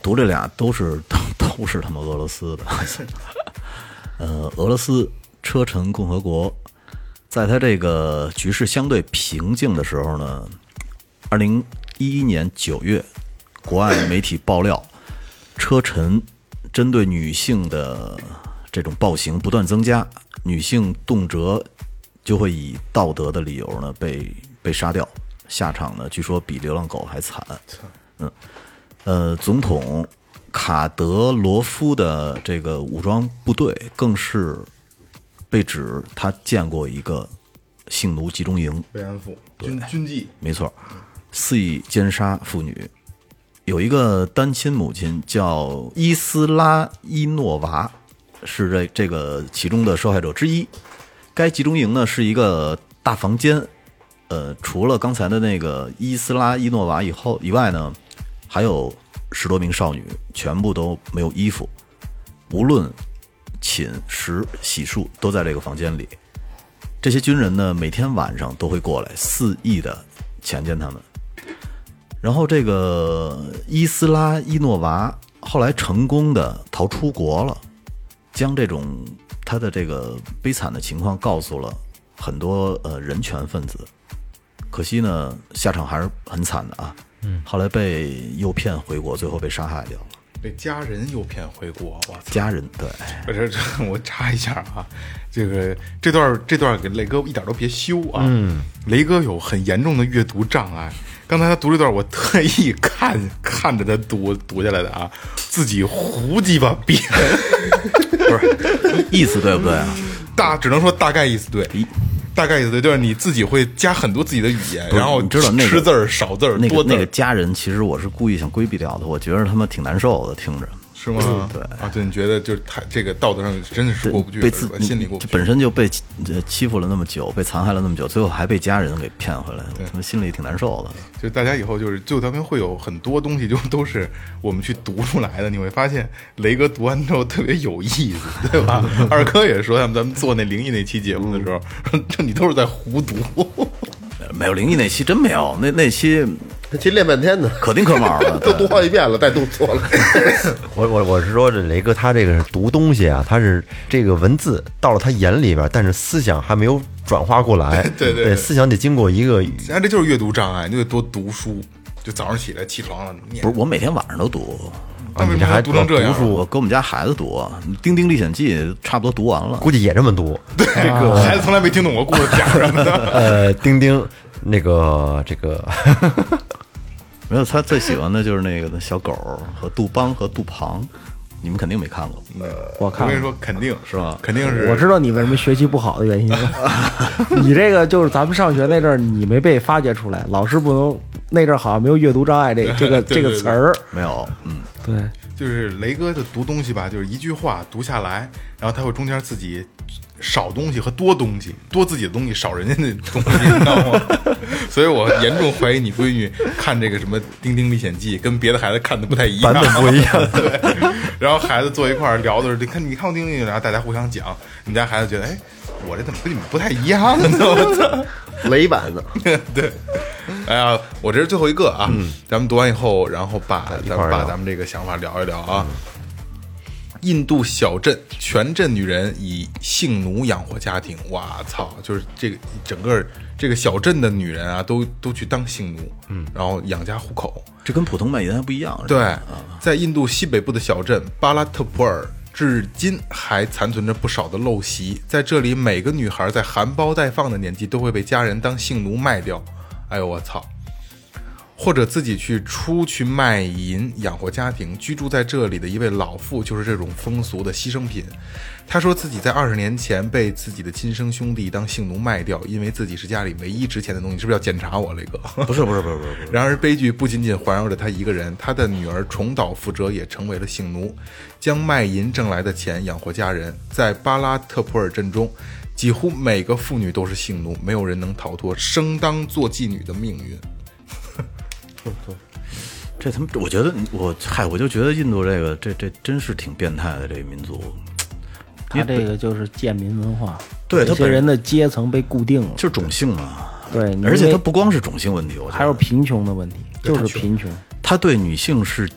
[SPEAKER 5] 读这俩都是都都是他妈俄罗斯的，呃，俄罗斯车臣共和国，在它这个局势相对平静的时候呢，二零一一年九月，国外媒体爆料，车臣针对女性的这种暴行不断增加，女性动辄就会以道德的理由呢被被杀掉，下场呢据说比流浪狗还惨。呃，总统卡德罗夫的这个武装部队更是被指他见过一个性奴集中营，
[SPEAKER 3] 慰安妇军军纪
[SPEAKER 5] 没错。肆意奸杀妇女。有一个单亲母亲叫伊斯拉伊诺娃，是这这个其中的受害者之一。该集中营呢是一个大房间，呃，除了刚才的那个伊斯拉伊诺娃以后以外呢，还有十多名少女，全部都没有衣服，无论寝食洗漱都在这个房间里。这些军人呢，每天晚上都会过来肆意的强奸他们。然后这个伊斯拉伊诺娃后来成功的逃出国了，将这种他的这个悲惨的情况告诉了很多呃人权分子。可惜呢，下场还是很惨的啊。嗯，后来被诱骗回国，最后被杀害掉了。
[SPEAKER 3] 被家人诱骗回国，我操！
[SPEAKER 5] 家人对，
[SPEAKER 3] 这 这这，我插一下啊，这个这段这段给雷哥一点都别修啊。嗯，雷哥有很严重的阅读障碍。刚才他读这段，我特意看 看着他读读下来的啊，自己胡鸡巴编，
[SPEAKER 5] 不是意思对不对啊？
[SPEAKER 3] 大只能说大概意思对，大概意思对，就是你自己会加很多自己的语言，
[SPEAKER 5] 是
[SPEAKER 3] 然后
[SPEAKER 5] 你知道那个
[SPEAKER 3] 吃字儿少字儿
[SPEAKER 5] 那
[SPEAKER 3] 多
[SPEAKER 5] 个
[SPEAKER 3] 字
[SPEAKER 5] 那个
[SPEAKER 3] 儿
[SPEAKER 5] 家人，其实我是故意想规避掉的，我觉得他妈挺难受的，听着。
[SPEAKER 3] 是吗？
[SPEAKER 5] 对
[SPEAKER 3] 啊，对，你觉得就是他这个道德上真的是
[SPEAKER 5] 对
[SPEAKER 3] 过不去
[SPEAKER 5] 被
[SPEAKER 3] 了，
[SPEAKER 5] 自
[SPEAKER 3] 是吧心里过不
[SPEAKER 5] 就
[SPEAKER 3] 去。
[SPEAKER 5] 本身就被欺呃欺负了那么久，被残害了那么久，最后还被家人给骗回来，我他妈心里挺难受的。
[SPEAKER 3] 就大家以后就是最后调频会有很多东西，就都是我们去读出来的。你会发现，雷哥读完之后特别有意思，对吧？二哥也说，咱们咱们做那灵异那期节目的时候，说这你都是在胡读，
[SPEAKER 5] 呃没有灵异那期真没有，那那期
[SPEAKER 4] 他其实练半天呢，
[SPEAKER 5] 可丁可卯的。
[SPEAKER 4] 都
[SPEAKER 5] 对
[SPEAKER 4] 读好几遍了，带动作了。
[SPEAKER 1] 我我我是说，这雷哥他这个是读东西啊，他是这个文字到了他眼里边，但是思想还没有转化过来。
[SPEAKER 3] 对对对
[SPEAKER 1] 思想得经过一个语
[SPEAKER 3] 人哎家这就是阅读障碍，你就得多读书。就早上起来起床了念，
[SPEAKER 5] 不是我每天晚上都读，
[SPEAKER 3] 那为
[SPEAKER 1] 你
[SPEAKER 3] 什
[SPEAKER 1] 这
[SPEAKER 3] 么
[SPEAKER 1] 还
[SPEAKER 3] 要读成这样啊
[SPEAKER 1] 读？书
[SPEAKER 5] 我跟我们家孩子读《丁丁历险记》，差不多读完了。
[SPEAKER 1] 估计也这么读。
[SPEAKER 3] 对， 孩子从来没听懂我故事讲什么 的。
[SPEAKER 1] 呃，丁丁，那个这个，
[SPEAKER 5] 没有，他最喜欢的就是那个小狗和杜邦和杜庞，你们肯定没看过。
[SPEAKER 6] 我
[SPEAKER 3] 我
[SPEAKER 6] 看
[SPEAKER 3] 跟你说，肯定是
[SPEAKER 5] 吧
[SPEAKER 3] 肯定是。
[SPEAKER 6] 我知道你为什么学习不好的原因了，你这个就是 咱们上学那阵儿，你没被发掘出来，老师不能那阵儿好像没有阅读障碍这这个
[SPEAKER 3] 对对对
[SPEAKER 6] 这个词儿，
[SPEAKER 5] 没有，嗯，
[SPEAKER 6] 对，
[SPEAKER 3] 就是雷哥的读东西吧，就是一句话读下来，然后他会中间自己少东西和多东西，多自己的东西，少人家的东西，你知道 吗？所以我严重怀疑你闺女看这个什么《丁丁历险记》跟别的孩子看的不太一样，
[SPEAKER 1] 版本不一样
[SPEAKER 3] 对，然后孩子坐一块儿聊的时候，你看你看过《丁丁历险记》，然后大家互相讲，你们家孩子觉得，哎，我这怎么跟你们不太一样呢？我 操！
[SPEAKER 4] 雷版的，
[SPEAKER 3] 对，哎呀，我这是最后一个啊，咱们读完以后，然后把咱
[SPEAKER 1] 嗯块
[SPEAKER 3] 们
[SPEAKER 1] 儿
[SPEAKER 3] 把
[SPEAKER 1] 聊
[SPEAKER 3] 咱们这个想法聊一聊啊。印度小镇全镇女人以性奴养活家庭，哇操！就是这个整个这个小镇的女人啊，都都去当性奴，嗯，然后养家糊口，
[SPEAKER 5] 这跟普通卖淫还不一样。是吧啊
[SPEAKER 3] 对，在印度西北部的小镇巴拉特普尔，至今还残存着不少的陋习。在这里，每个女孩在含苞待放的年纪都会被家人当性奴卖掉。哎呦我操！或者自己去出去卖淫养活家庭。居住在这里的一位老妇就是这种风俗的牺牲品。她说自己在二十年前被自己的亲生兄弟当性奴卖掉，因为自己是家里唯一值钱的东西。是不是要检查我，雷哥？
[SPEAKER 5] 不是不是不是不是不是，
[SPEAKER 3] 然而，悲剧不仅仅环绕着他一个人，他的女儿重蹈覆辙，也成为了性奴，将卖淫挣来的钱养活家人。在巴拉特普尔镇中，几乎每个妇女都是性奴，没有人能逃脱生当做妓女的命运。
[SPEAKER 5] 这他妈，我觉得你我嗨，我就觉得印度这个这这真是挺变态的这个民族，
[SPEAKER 6] 他这个就是贱民文化，
[SPEAKER 5] 对他
[SPEAKER 6] 这些
[SPEAKER 5] 本
[SPEAKER 6] 人的阶层被固定了，
[SPEAKER 5] 就是种姓嘛。
[SPEAKER 6] 对，你
[SPEAKER 5] 而且
[SPEAKER 6] 因为
[SPEAKER 5] 它不光是种姓问题，我觉得
[SPEAKER 6] 还有贫穷的问题，就是贫穷
[SPEAKER 5] 他对女性是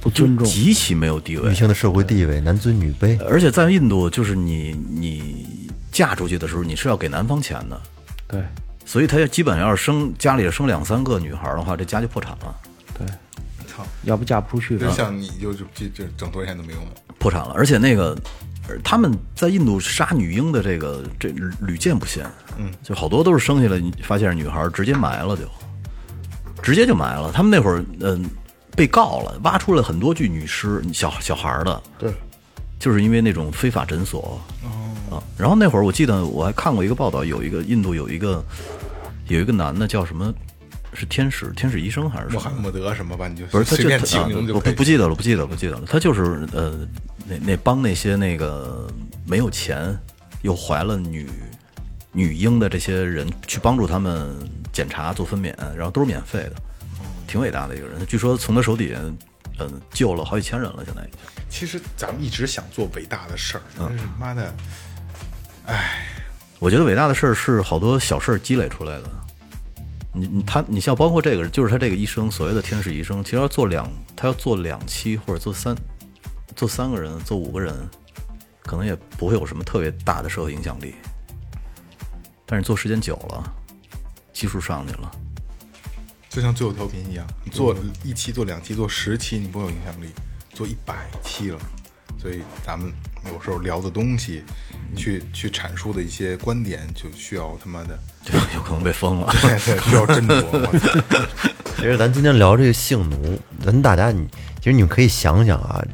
[SPEAKER 6] 不尊重，
[SPEAKER 5] 极其没有地
[SPEAKER 1] 女
[SPEAKER 5] 位，
[SPEAKER 1] 性的社会地位，男尊女卑。
[SPEAKER 5] 而且在印度，就是你你嫁出去的时候，你是要给男方钱的，
[SPEAKER 6] 对
[SPEAKER 5] 所以他基本要是生家里生两三个女孩的话，这家就破产了，
[SPEAKER 6] 对，
[SPEAKER 3] 操，
[SPEAKER 6] 要不嫁不出去啊
[SPEAKER 3] 就，像你就就这这整多少钱都没用了。
[SPEAKER 5] 破产了。而且那个而他们在印度杀女婴的这个这屡屡见不鲜，嗯，就好多都是生下来你发现是女孩，直接埋了就，直接就埋了。他们那会儿嗯、被告了，挖出了很多具女尸，小小孩儿的，
[SPEAKER 4] 对，
[SPEAKER 5] 就是因为那种非法诊所。啊，然后那会儿我记得我还看过一个报道，有一个印度有一个有一个男的叫什么是天使天使医生还是
[SPEAKER 3] 穆
[SPEAKER 5] 什么
[SPEAKER 3] 罕？默德什么吧，你就
[SPEAKER 5] 不是，他
[SPEAKER 3] 随
[SPEAKER 5] 就
[SPEAKER 3] 便
[SPEAKER 5] 他
[SPEAKER 3] 起
[SPEAKER 5] 啊
[SPEAKER 3] 名字就
[SPEAKER 5] 我
[SPEAKER 3] 可
[SPEAKER 5] 不
[SPEAKER 3] 以
[SPEAKER 5] 不记得了，不记得了，不记得了。他就是呃，那那帮那些那个没有钱又怀了女女婴的这些人去帮助他们检查做分娩，然后都是免费的，挺伟大的一个人。据说从他手底下，嗯、救了好几千人了，现在已经。
[SPEAKER 3] 其实咱们一直想做伟大的事儿，
[SPEAKER 5] 啊
[SPEAKER 3] 但是妈的，
[SPEAKER 5] 我觉得伟大的事儿是好多小事儿积累出来的。你你他你像包括这个，就是他这个医生所谓的天使医生，其实要做两，他要做两期或者做三，做三个人，做五个人，可能也不会有什么特别大的社会影响力。但是做时间久了，技术上去了，
[SPEAKER 3] 就像最后调频一样，你做一期、做两期、做十期，你不会有影响力；做一百期了，所以咱们有时候聊的东西，去去阐述的一些观点，就需要他妈的，
[SPEAKER 5] 就 有可能被封了。
[SPEAKER 3] 对对，需要斟酌。我操
[SPEAKER 1] 其实咱今天聊这个性奴，咱大家你其实你们可以想想啊，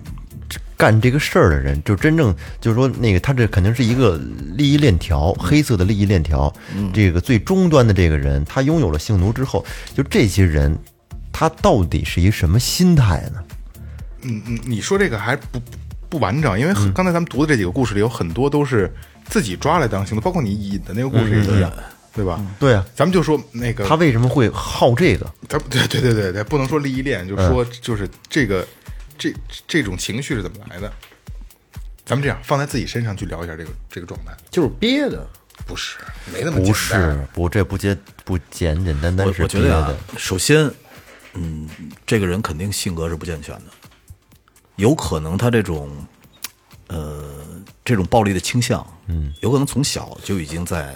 [SPEAKER 1] 这干这个事儿的人，就真正就是说那个他这肯定是一个利益链条，黑色的利益链条。这个最终端的这个人，他拥有了性奴之后，就这些人，他到底是一什么心态呢？
[SPEAKER 3] 嗯 嗯，你说这个还不不完整，因为很刚才咱们读的这几个故事里有很多都是自己抓来当行的，包括你引的那个故事也一样，对吧？
[SPEAKER 1] 对啊，
[SPEAKER 3] 咱们就说那个
[SPEAKER 1] 他为什么会好这个？
[SPEAKER 3] 他对对对对对，不能说利益链，就是说就是这个、这这种情绪是怎么来的？咱们这样放在自己身上去聊一下这个这个状态，
[SPEAKER 4] 就是憋的，
[SPEAKER 3] 不是没那么
[SPEAKER 1] 不
[SPEAKER 3] 简
[SPEAKER 1] 是
[SPEAKER 3] 单，，
[SPEAKER 1] 不这不简不简简单单
[SPEAKER 5] 我
[SPEAKER 1] 是
[SPEAKER 5] 我
[SPEAKER 1] 别
[SPEAKER 5] 觉得啊
[SPEAKER 1] 的。，
[SPEAKER 5] 首先，嗯，这个人肯定性格是不健全的，有可能他这种，呃，这种暴力的倾向，嗯，有可能从小就已经在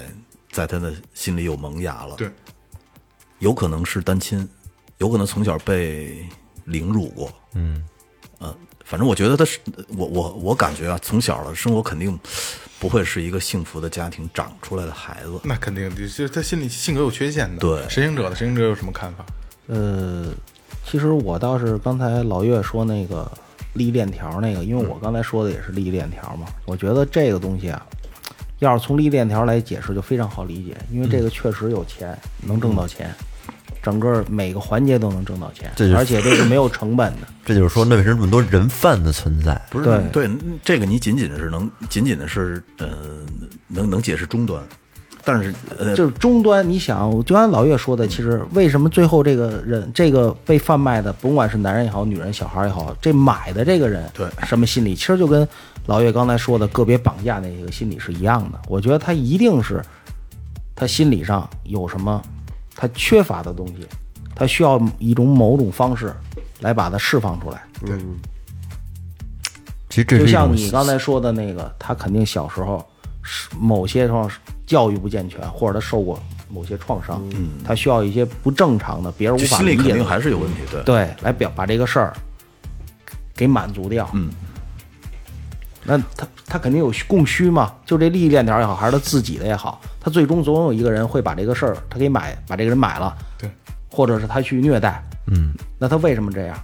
[SPEAKER 5] 在他的心里有萌芽了，
[SPEAKER 3] 对，
[SPEAKER 5] 有可能是单亲，有可能从小被凌辱过，嗯，呃，反正我觉得他是我我我感觉啊，从小的生活肯定不会是一个幸福的家庭长出来的孩子，
[SPEAKER 3] 那肯定就是他心里性格有缺陷的。
[SPEAKER 5] 对
[SPEAKER 3] 神行者的神行者有什么看法？
[SPEAKER 6] 呃，其实我倒是刚才老岳说那个利益链条那个，因为
[SPEAKER 5] 嗯
[SPEAKER 6] 我刚才说的也是利益链条嘛。我觉得这个东西啊，要是从利益链条来解释，就非常好理解，因为这
[SPEAKER 5] 嗯
[SPEAKER 6] 个确实有钱，能挣到钱，整个每个环节都能挣到钱，
[SPEAKER 1] 这就是
[SPEAKER 6] 而且这是没有成本的。
[SPEAKER 1] 这就是说，那为什么这么多人贩子存在？
[SPEAKER 5] 不是
[SPEAKER 6] 对
[SPEAKER 5] 对，这个你仅仅是能，仅仅的是呃，能能解释终端，但是呃，
[SPEAKER 6] 就是终端，你想，就按老岳说的，其实为什么最后这个人，这个被贩卖的，甭管是男人也好，女人、小孩也好，这买的这个人，
[SPEAKER 5] 对
[SPEAKER 6] 什么心理，其实就跟老岳刚才说的个别绑架那个心理是一样的。我觉得他一定是他心理上有什么他缺乏的东西，他需要一种某种方式来把它释放出来。
[SPEAKER 1] 其实这
[SPEAKER 6] 就是
[SPEAKER 1] 一
[SPEAKER 6] 像
[SPEAKER 1] 种
[SPEAKER 6] 你刚才说的那个，他肯定小时候是某些时候是教育不健全，或者他受过某些创伤，嗯，他需要一些不正常的、别人无
[SPEAKER 5] 就
[SPEAKER 6] 法
[SPEAKER 5] 心里
[SPEAKER 6] 理
[SPEAKER 5] 肯
[SPEAKER 6] 解
[SPEAKER 5] 定
[SPEAKER 6] 的，
[SPEAKER 5] 还是有问题，对。
[SPEAKER 6] 对，来表把这个事儿给满足掉，嗯。那他他肯定有供需嘛，就这利益链条也好，还是他自己的也好，他最终总有一个人会把这个事儿他给买，把这个人买了，
[SPEAKER 3] 对，
[SPEAKER 6] 或者是他去虐待，嗯，那他为什么这样？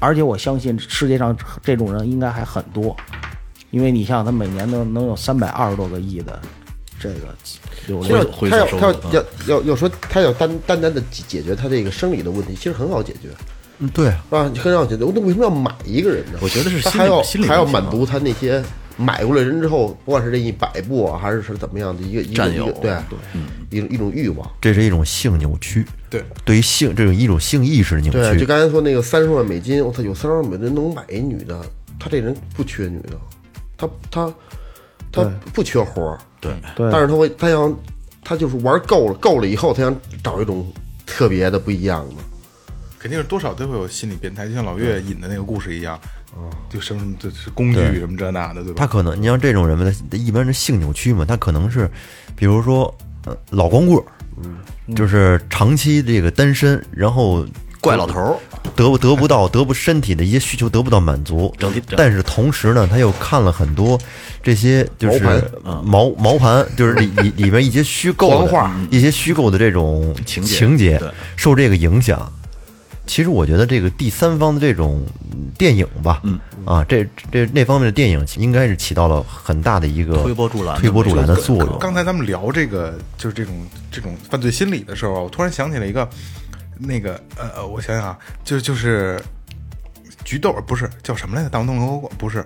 [SPEAKER 6] 而且我相信世界上这种人应该还很多，因为你像他每年能能有三百二十多个亿的这个流
[SPEAKER 5] 会
[SPEAKER 6] 量
[SPEAKER 4] 要，
[SPEAKER 5] 会
[SPEAKER 4] 他要
[SPEAKER 5] 收
[SPEAKER 4] 他要
[SPEAKER 5] 的嗯
[SPEAKER 4] 要要要说他要单单单的解决他这个生理的问题，其实很好解决，
[SPEAKER 1] 嗯，对啊，
[SPEAKER 4] 啊，很好解决。那为什么要买一个人呢？
[SPEAKER 5] 我觉得是
[SPEAKER 4] 他
[SPEAKER 5] 心理
[SPEAKER 4] 还要
[SPEAKER 5] 心理
[SPEAKER 4] 还要
[SPEAKER 5] 问题嘛
[SPEAKER 4] 满足他那些买过来人之后，不管是这一百步啊，还是是怎么样的一个一个
[SPEAKER 5] 占
[SPEAKER 4] 一个
[SPEAKER 5] 有
[SPEAKER 4] 对一种一种欲望。
[SPEAKER 1] 这是一种性扭曲。
[SPEAKER 3] 对，
[SPEAKER 1] 对于性这种一种性意识的扭
[SPEAKER 4] 对，啊就
[SPEAKER 1] 曲，
[SPEAKER 4] 刚才说那个三十万美金，我操，有三十万美金能买一女的，他这人不缺女的，他他他不缺活儿，
[SPEAKER 5] 对，
[SPEAKER 6] 对
[SPEAKER 4] 但是他会他想他就是玩够了，够了以后，他想找一种特别的不一样的。
[SPEAKER 3] 肯定是多少都会有心理变态，就像老岳引的那个故事一样，就什么什么就是工具什么这那的，对吧
[SPEAKER 1] 他？可能你像这种人们的一般是性扭曲嘛，他可能是，比如说呃老光棍儿，
[SPEAKER 5] 嗯
[SPEAKER 1] 就是长期这个单身，然后
[SPEAKER 5] 怪老头儿，
[SPEAKER 1] 得不得不到得不身体的一些需求得不到满足
[SPEAKER 5] 整体，
[SPEAKER 1] 但是同时呢，他又看了很多这些就是
[SPEAKER 4] 毛盘
[SPEAKER 5] 嗯
[SPEAKER 1] 毛毛盘，就是里里里面一些虚构的
[SPEAKER 4] 黄画
[SPEAKER 1] 一些虚构的这种
[SPEAKER 5] 情节
[SPEAKER 1] 情节
[SPEAKER 5] 对，
[SPEAKER 1] 受这个影响，其实我觉得这个第三方的这种嗯电影吧，嗯啊，这这那方面的电影应该是起到了很大的一个
[SPEAKER 5] 推波助澜的
[SPEAKER 1] 推波助澜的作
[SPEAKER 5] 作
[SPEAKER 1] 用。
[SPEAKER 3] 刚才咱们聊这个就是这种这种犯罪心理的时候啊，我突然想起了一个，那个呃呃，我想想啊，就就是菊豆不是叫什么来着？大王东楼不是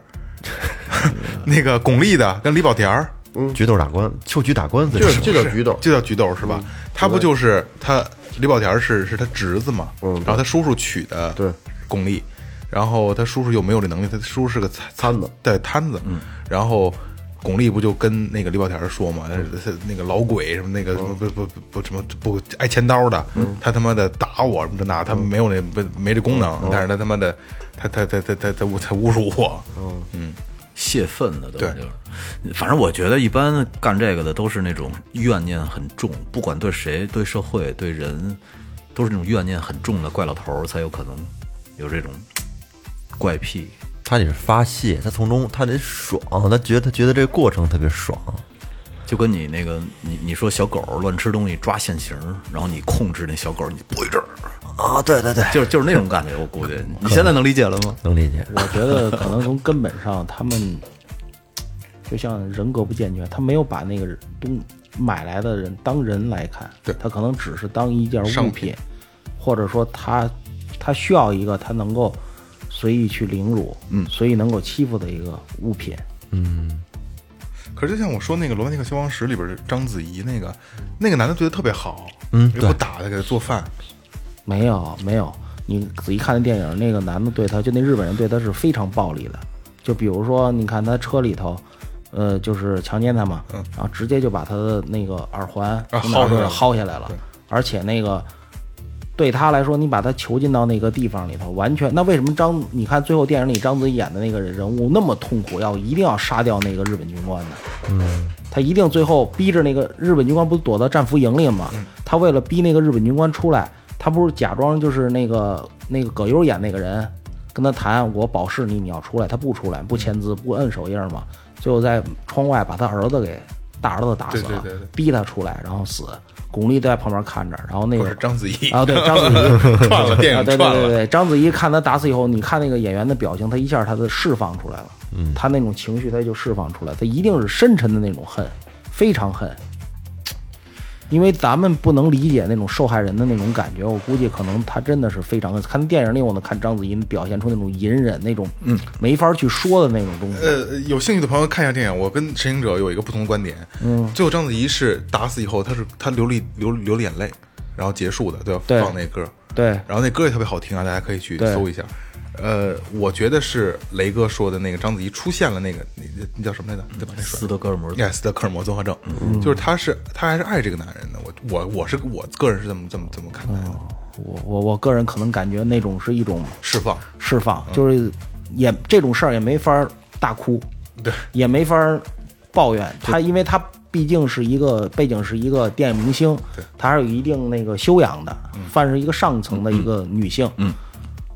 [SPEAKER 3] 那个巩俐的跟李保田儿，
[SPEAKER 1] 菊豆打官，秋菊打官司
[SPEAKER 4] 就是就叫菊豆，嗯
[SPEAKER 3] 就叫菊豆是吧？他不就是他李保田儿是是他侄子嘛？嗯，然后他叔叔娶的
[SPEAKER 4] 对
[SPEAKER 3] 巩俐，然后他叔叔又没有这能力，他叔叔是个摊
[SPEAKER 4] 摊子，
[SPEAKER 3] 对摊子，嗯，然后。巩俐不就跟那个李保田儿说嘛，他那个老鬼什么那个
[SPEAKER 4] 嗯
[SPEAKER 3] 什么不不不什么不爱钱刀的，他他妈的打我什么这那，
[SPEAKER 4] 嗯
[SPEAKER 3] 他没有那不没这功能，但是他他妈的他他他他他他他侮辱我，
[SPEAKER 5] 泄愤的，都
[SPEAKER 3] 对
[SPEAKER 5] 就是。反正我觉得一般干这个的都是那种怨念很重，不管对谁、对社会、对人，都是那种怨念很重的怪老头儿才有可能有这种怪癖。
[SPEAKER 1] 他得是发泄，他从中他得爽，他觉得他觉得这个过程特别爽。
[SPEAKER 5] 就跟你那个，你你说小狗乱吃东西抓现行，然后你控制那小狗，你不会这儿，
[SPEAKER 1] 啊，对对对，
[SPEAKER 5] 就是就是那种感觉。我估计你现在能理解了吗？
[SPEAKER 1] 能理解。
[SPEAKER 6] 我觉得可能从根本上，他们就像人格不健全，他没有把那个东买来的人当人来看，
[SPEAKER 3] 对
[SPEAKER 6] 他可能只是当一件物
[SPEAKER 3] 商
[SPEAKER 6] 品，
[SPEAKER 3] 品
[SPEAKER 6] 或者说他他需要一个他能够随意去凌辱，嗯，随意能够欺负的一个物品。
[SPEAKER 3] 可是就像我说那个《罗曼蒂克消亡史》里边儿章子怡那个，那个男的对她特别好，嗯，又不打她，给她做饭，
[SPEAKER 6] 没有没有，你仔细看那电影，那个男的对他，就那日本人对他是非常暴力的。就比如说，你看他车里头，呃，就是强奸他嘛，然后直接就把他的那个耳环
[SPEAKER 3] 啊
[SPEAKER 6] 从哪儿
[SPEAKER 3] 薅下来了
[SPEAKER 6] 薅下来了，而且那个对他来说，你把他囚禁到那个地方里头，完全那为什么张？你看最后电影里章子怡演的那个人物那么痛苦，要一定要杀掉那个日本军官呢？他一定最后逼着那个日本军官不是躲到战俘营里了吗？
[SPEAKER 3] 嗯
[SPEAKER 6] 他为了逼那个日本军官出来，他不是假装就是那个那个葛优演那个人跟他谈，我保释你，你要出来，他不出来，不签字，不摁手印嘛，最后在窗外把他儿子给大儿子打死了，
[SPEAKER 3] 对对对对
[SPEAKER 6] 逼他出来，然后死。巩俐在旁边看着，然后那
[SPEAKER 3] 不
[SPEAKER 6] 个
[SPEAKER 3] 是章子怡
[SPEAKER 6] 啊， 对章子怡
[SPEAKER 3] 串了电影
[SPEAKER 6] 啊 对对
[SPEAKER 3] 串
[SPEAKER 6] 对
[SPEAKER 3] 了
[SPEAKER 6] 对，章子怡看他打死以后，你看那个演员的表情，他一下他的释放出来了，嗯，他那种情绪他就释放出来，他一定是深沉的那种恨，非常恨，因为咱们不能理解那种受害人的那种感觉，我估计可能他真的是非常恨。看电影里我能看章子怡表现出那种隐忍，那种嗯没法去说的那种东西，
[SPEAKER 3] 呃，有兴趣的朋友看一下电影，我跟神行者有一个不同的观点。嗯，最后章子怡是打死以后，她是她流泪流流了眼泪，然后结束的，对吧？
[SPEAKER 6] 对
[SPEAKER 3] 放那歌，
[SPEAKER 6] 对
[SPEAKER 3] 然后那歌也特别好听啊，大家可以去
[SPEAKER 6] 对
[SPEAKER 3] 搜一下。呃，我觉得是雷哥说的那个章子怡出现了那个那那那叫什么来着？对吧？那
[SPEAKER 5] 斯德哥尔摩症
[SPEAKER 3] yes 的科尔摩综合症，
[SPEAKER 1] 嗯
[SPEAKER 3] 就是她是她还是爱这个男人的。我我我是我个人是这么这么这么看待的，
[SPEAKER 1] 哦
[SPEAKER 6] 我我我个人可能感觉那种是一种
[SPEAKER 3] 释放。
[SPEAKER 6] 释放，就是也这种事儿也没法儿大 哭，
[SPEAKER 3] 对，
[SPEAKER 6] 也没法儿抱怨他，因为他毕竟是一个背景是一个电影明星，他还是有一定那个修养的，算是一个上层的一个女性，嗯，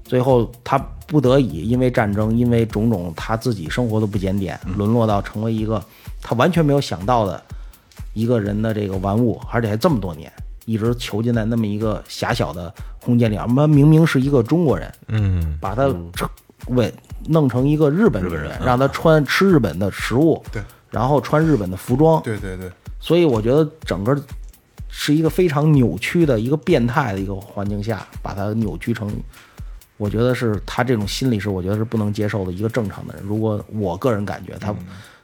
[SPEAKER 6] 最后她不得已因为战争，因为种种，她自己生活的不检点，沦落到成为一个她完全没有想到的一个人的这个玩物，而且还这么多年。一直囚禁在那么一个狭小的空间里，而他明明是一个中国人，嗯，把他伪弄成一个日本女人，嗯让他穿吃日本的食物，
[SPEAKER 3] 对，
[SPEAKER 6] 然后穿日本的服装，
[SPEAKER 3] 对对对，
[SPEAKER 6] 所以我觉得整个是一个非常扭曲的一个变态的一个环境下，把它扭曲成，我觉得是他这种心理是我觉得是不能接受的一个正常的人。如果我个人感觉
[SPEAKER 3] 嗯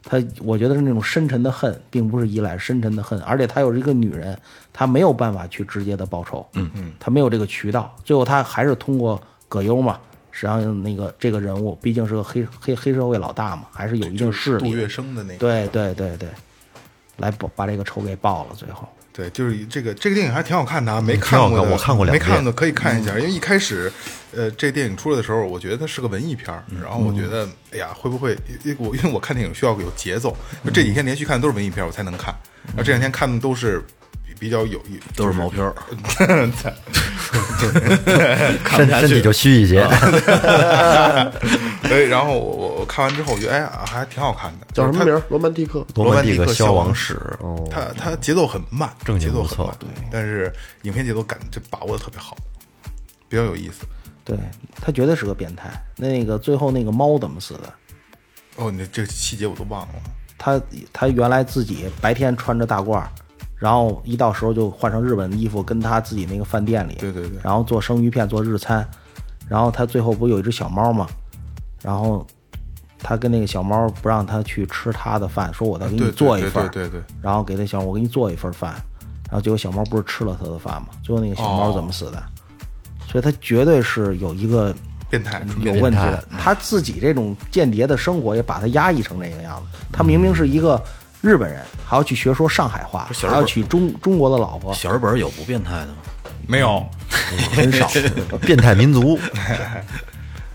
[SPEAKER 6] 他，他我觉得是那种深沉的恨，并不是依赖，深沉的恨，而且他又是一个女人，她没有办法去直接的报仇，嗯嗯，她没有这个渠道，最后她还是通过葛优嘛。实际上，那个这个人物毕竟是个黑黑黑社会老大嘛，还是有一定势力
[SPEAKER 3] 杜
[SPEAKER 6] 的。
[SPEAKER 3] 月笙的那个。
[SPEAKER 6] 对对对对，来把把这个仇给报了，最后。
[SPEAKER 3] 对，就是这个这个电影还挺好看的啊，没
[SPEAKER 1] 嗯
[SPEAKER 3] 看过
[SPEAKER 1] 挺好
[SPEAKER 3] 的
[SPEAKER 1] 看我看过两
[SPEAKER 3] 没
[SPEAKER 1] 遍嗯
[SPEAKER 3] 看的可以看一下，因为一开始，呃，这电影出来的时候，我觉得它是个文艺片儿，
[SPEAKER 1] 嗯
[SPEAKER 3] 然后我觉得，哎呀，会不会因为我因为我看电影需要有节奏，
[SPEAKER 1] 嗯
[SPEAKER 3] 就这几天连续看都是文艺片儿，我才能看，然后这两天看的都是比比较有有
[SPEAKER 5] 都是毛片儿，看
[SPEAKER 1] 身
[SPEAKER 5] 不下
[SPEAKER 1] 身体
[SPEAKER 5] 去
[SPEAKER 1] 就。虚一些，
[SPEAKER 3] 哎，然后我我我看完之后，我觉得哎呀，还挺好看的，
[SPEAKER 4] 叫什么名
[SPEAKER 3] 就是
[SPEAKER 4] 儿？罗曼蒂克。
[SPEAKER 3] 它？
[SPEAKER 1] 罗曼蒂
[SPEAKER 3] 克
[SPEAKER 1] 克
[SPEAKER 3] 消
[SPEAKER 1] 消
[SPEAKER 3] 亡
[SPEAKER 1] 亡史，
[SPEAKER 3] 哦，它它节奏很慢，
[SPEAKER 1] 正
[SPEAKER 3] 节
[SPEAKER 1] 经
[SPEAKER 3] 奏
[SPEAKER 1] 不
[SPEAKER 3] 很
[SPEAKER 1] 错
[SPEAKER 3] 慢，但是影片节奏感就把握的特别好。比较有意思。
[SPEAKER 6] 对他绝对是个变态。那个最后那个猫怎么死的？
[SPEAKER 3] 哦，你这个细节我都忘了。
[SPEAKER 6] 他他原来自己白天穿着大褂儿，然后一到时候就换成日本的衣服，跟他自己那个饭店里，
[SPEAKER 3] 对对对
[SPEAKER 6] 然后做生鱼片做日餐，然后他最后不有一只小猫吗？然后他跟那个小猫不让他去吃他的饭，说我再给
[SPEAKER 3] 对
[SPEAKER 6] 你
[SPEAKER 3] 对
[SPEAKER 6] 做一
[SPEAKER 3] 对
[SPEAKER 6] 份儿，
[SPEAKER 3] 对对对
[SPEAKER 6] 然后给那小猫我给你做一份儿饭，然后结果小猫不是吃了他的饭吗？最后那个小猫
[SPEAKER 3] 哦
[SPEAKER 6] 怎么死的？所以他绝对是有一个
[SPEAKER 3] 变态，纯
[SPEAKER 6] 有
[SPEAKER 3] 变态
[SPEAKER 6] 问题的。他自己这种间谍的生活也把他压抑成这个样子。他明明是一个日本人，还要去学说上海话，
[SPEAKER 5] 小
[SPEAKER 6] 还
[SPEAKER 5] 日本
[SPEAKER 6] 要娶中中国的老婆，
[SPEAKER 5] 小日本有不变态的吗？
[SPEAKER 3] 没有。
[SPEAKER 6] 很少。
[SPEAKER 1] 变态民族，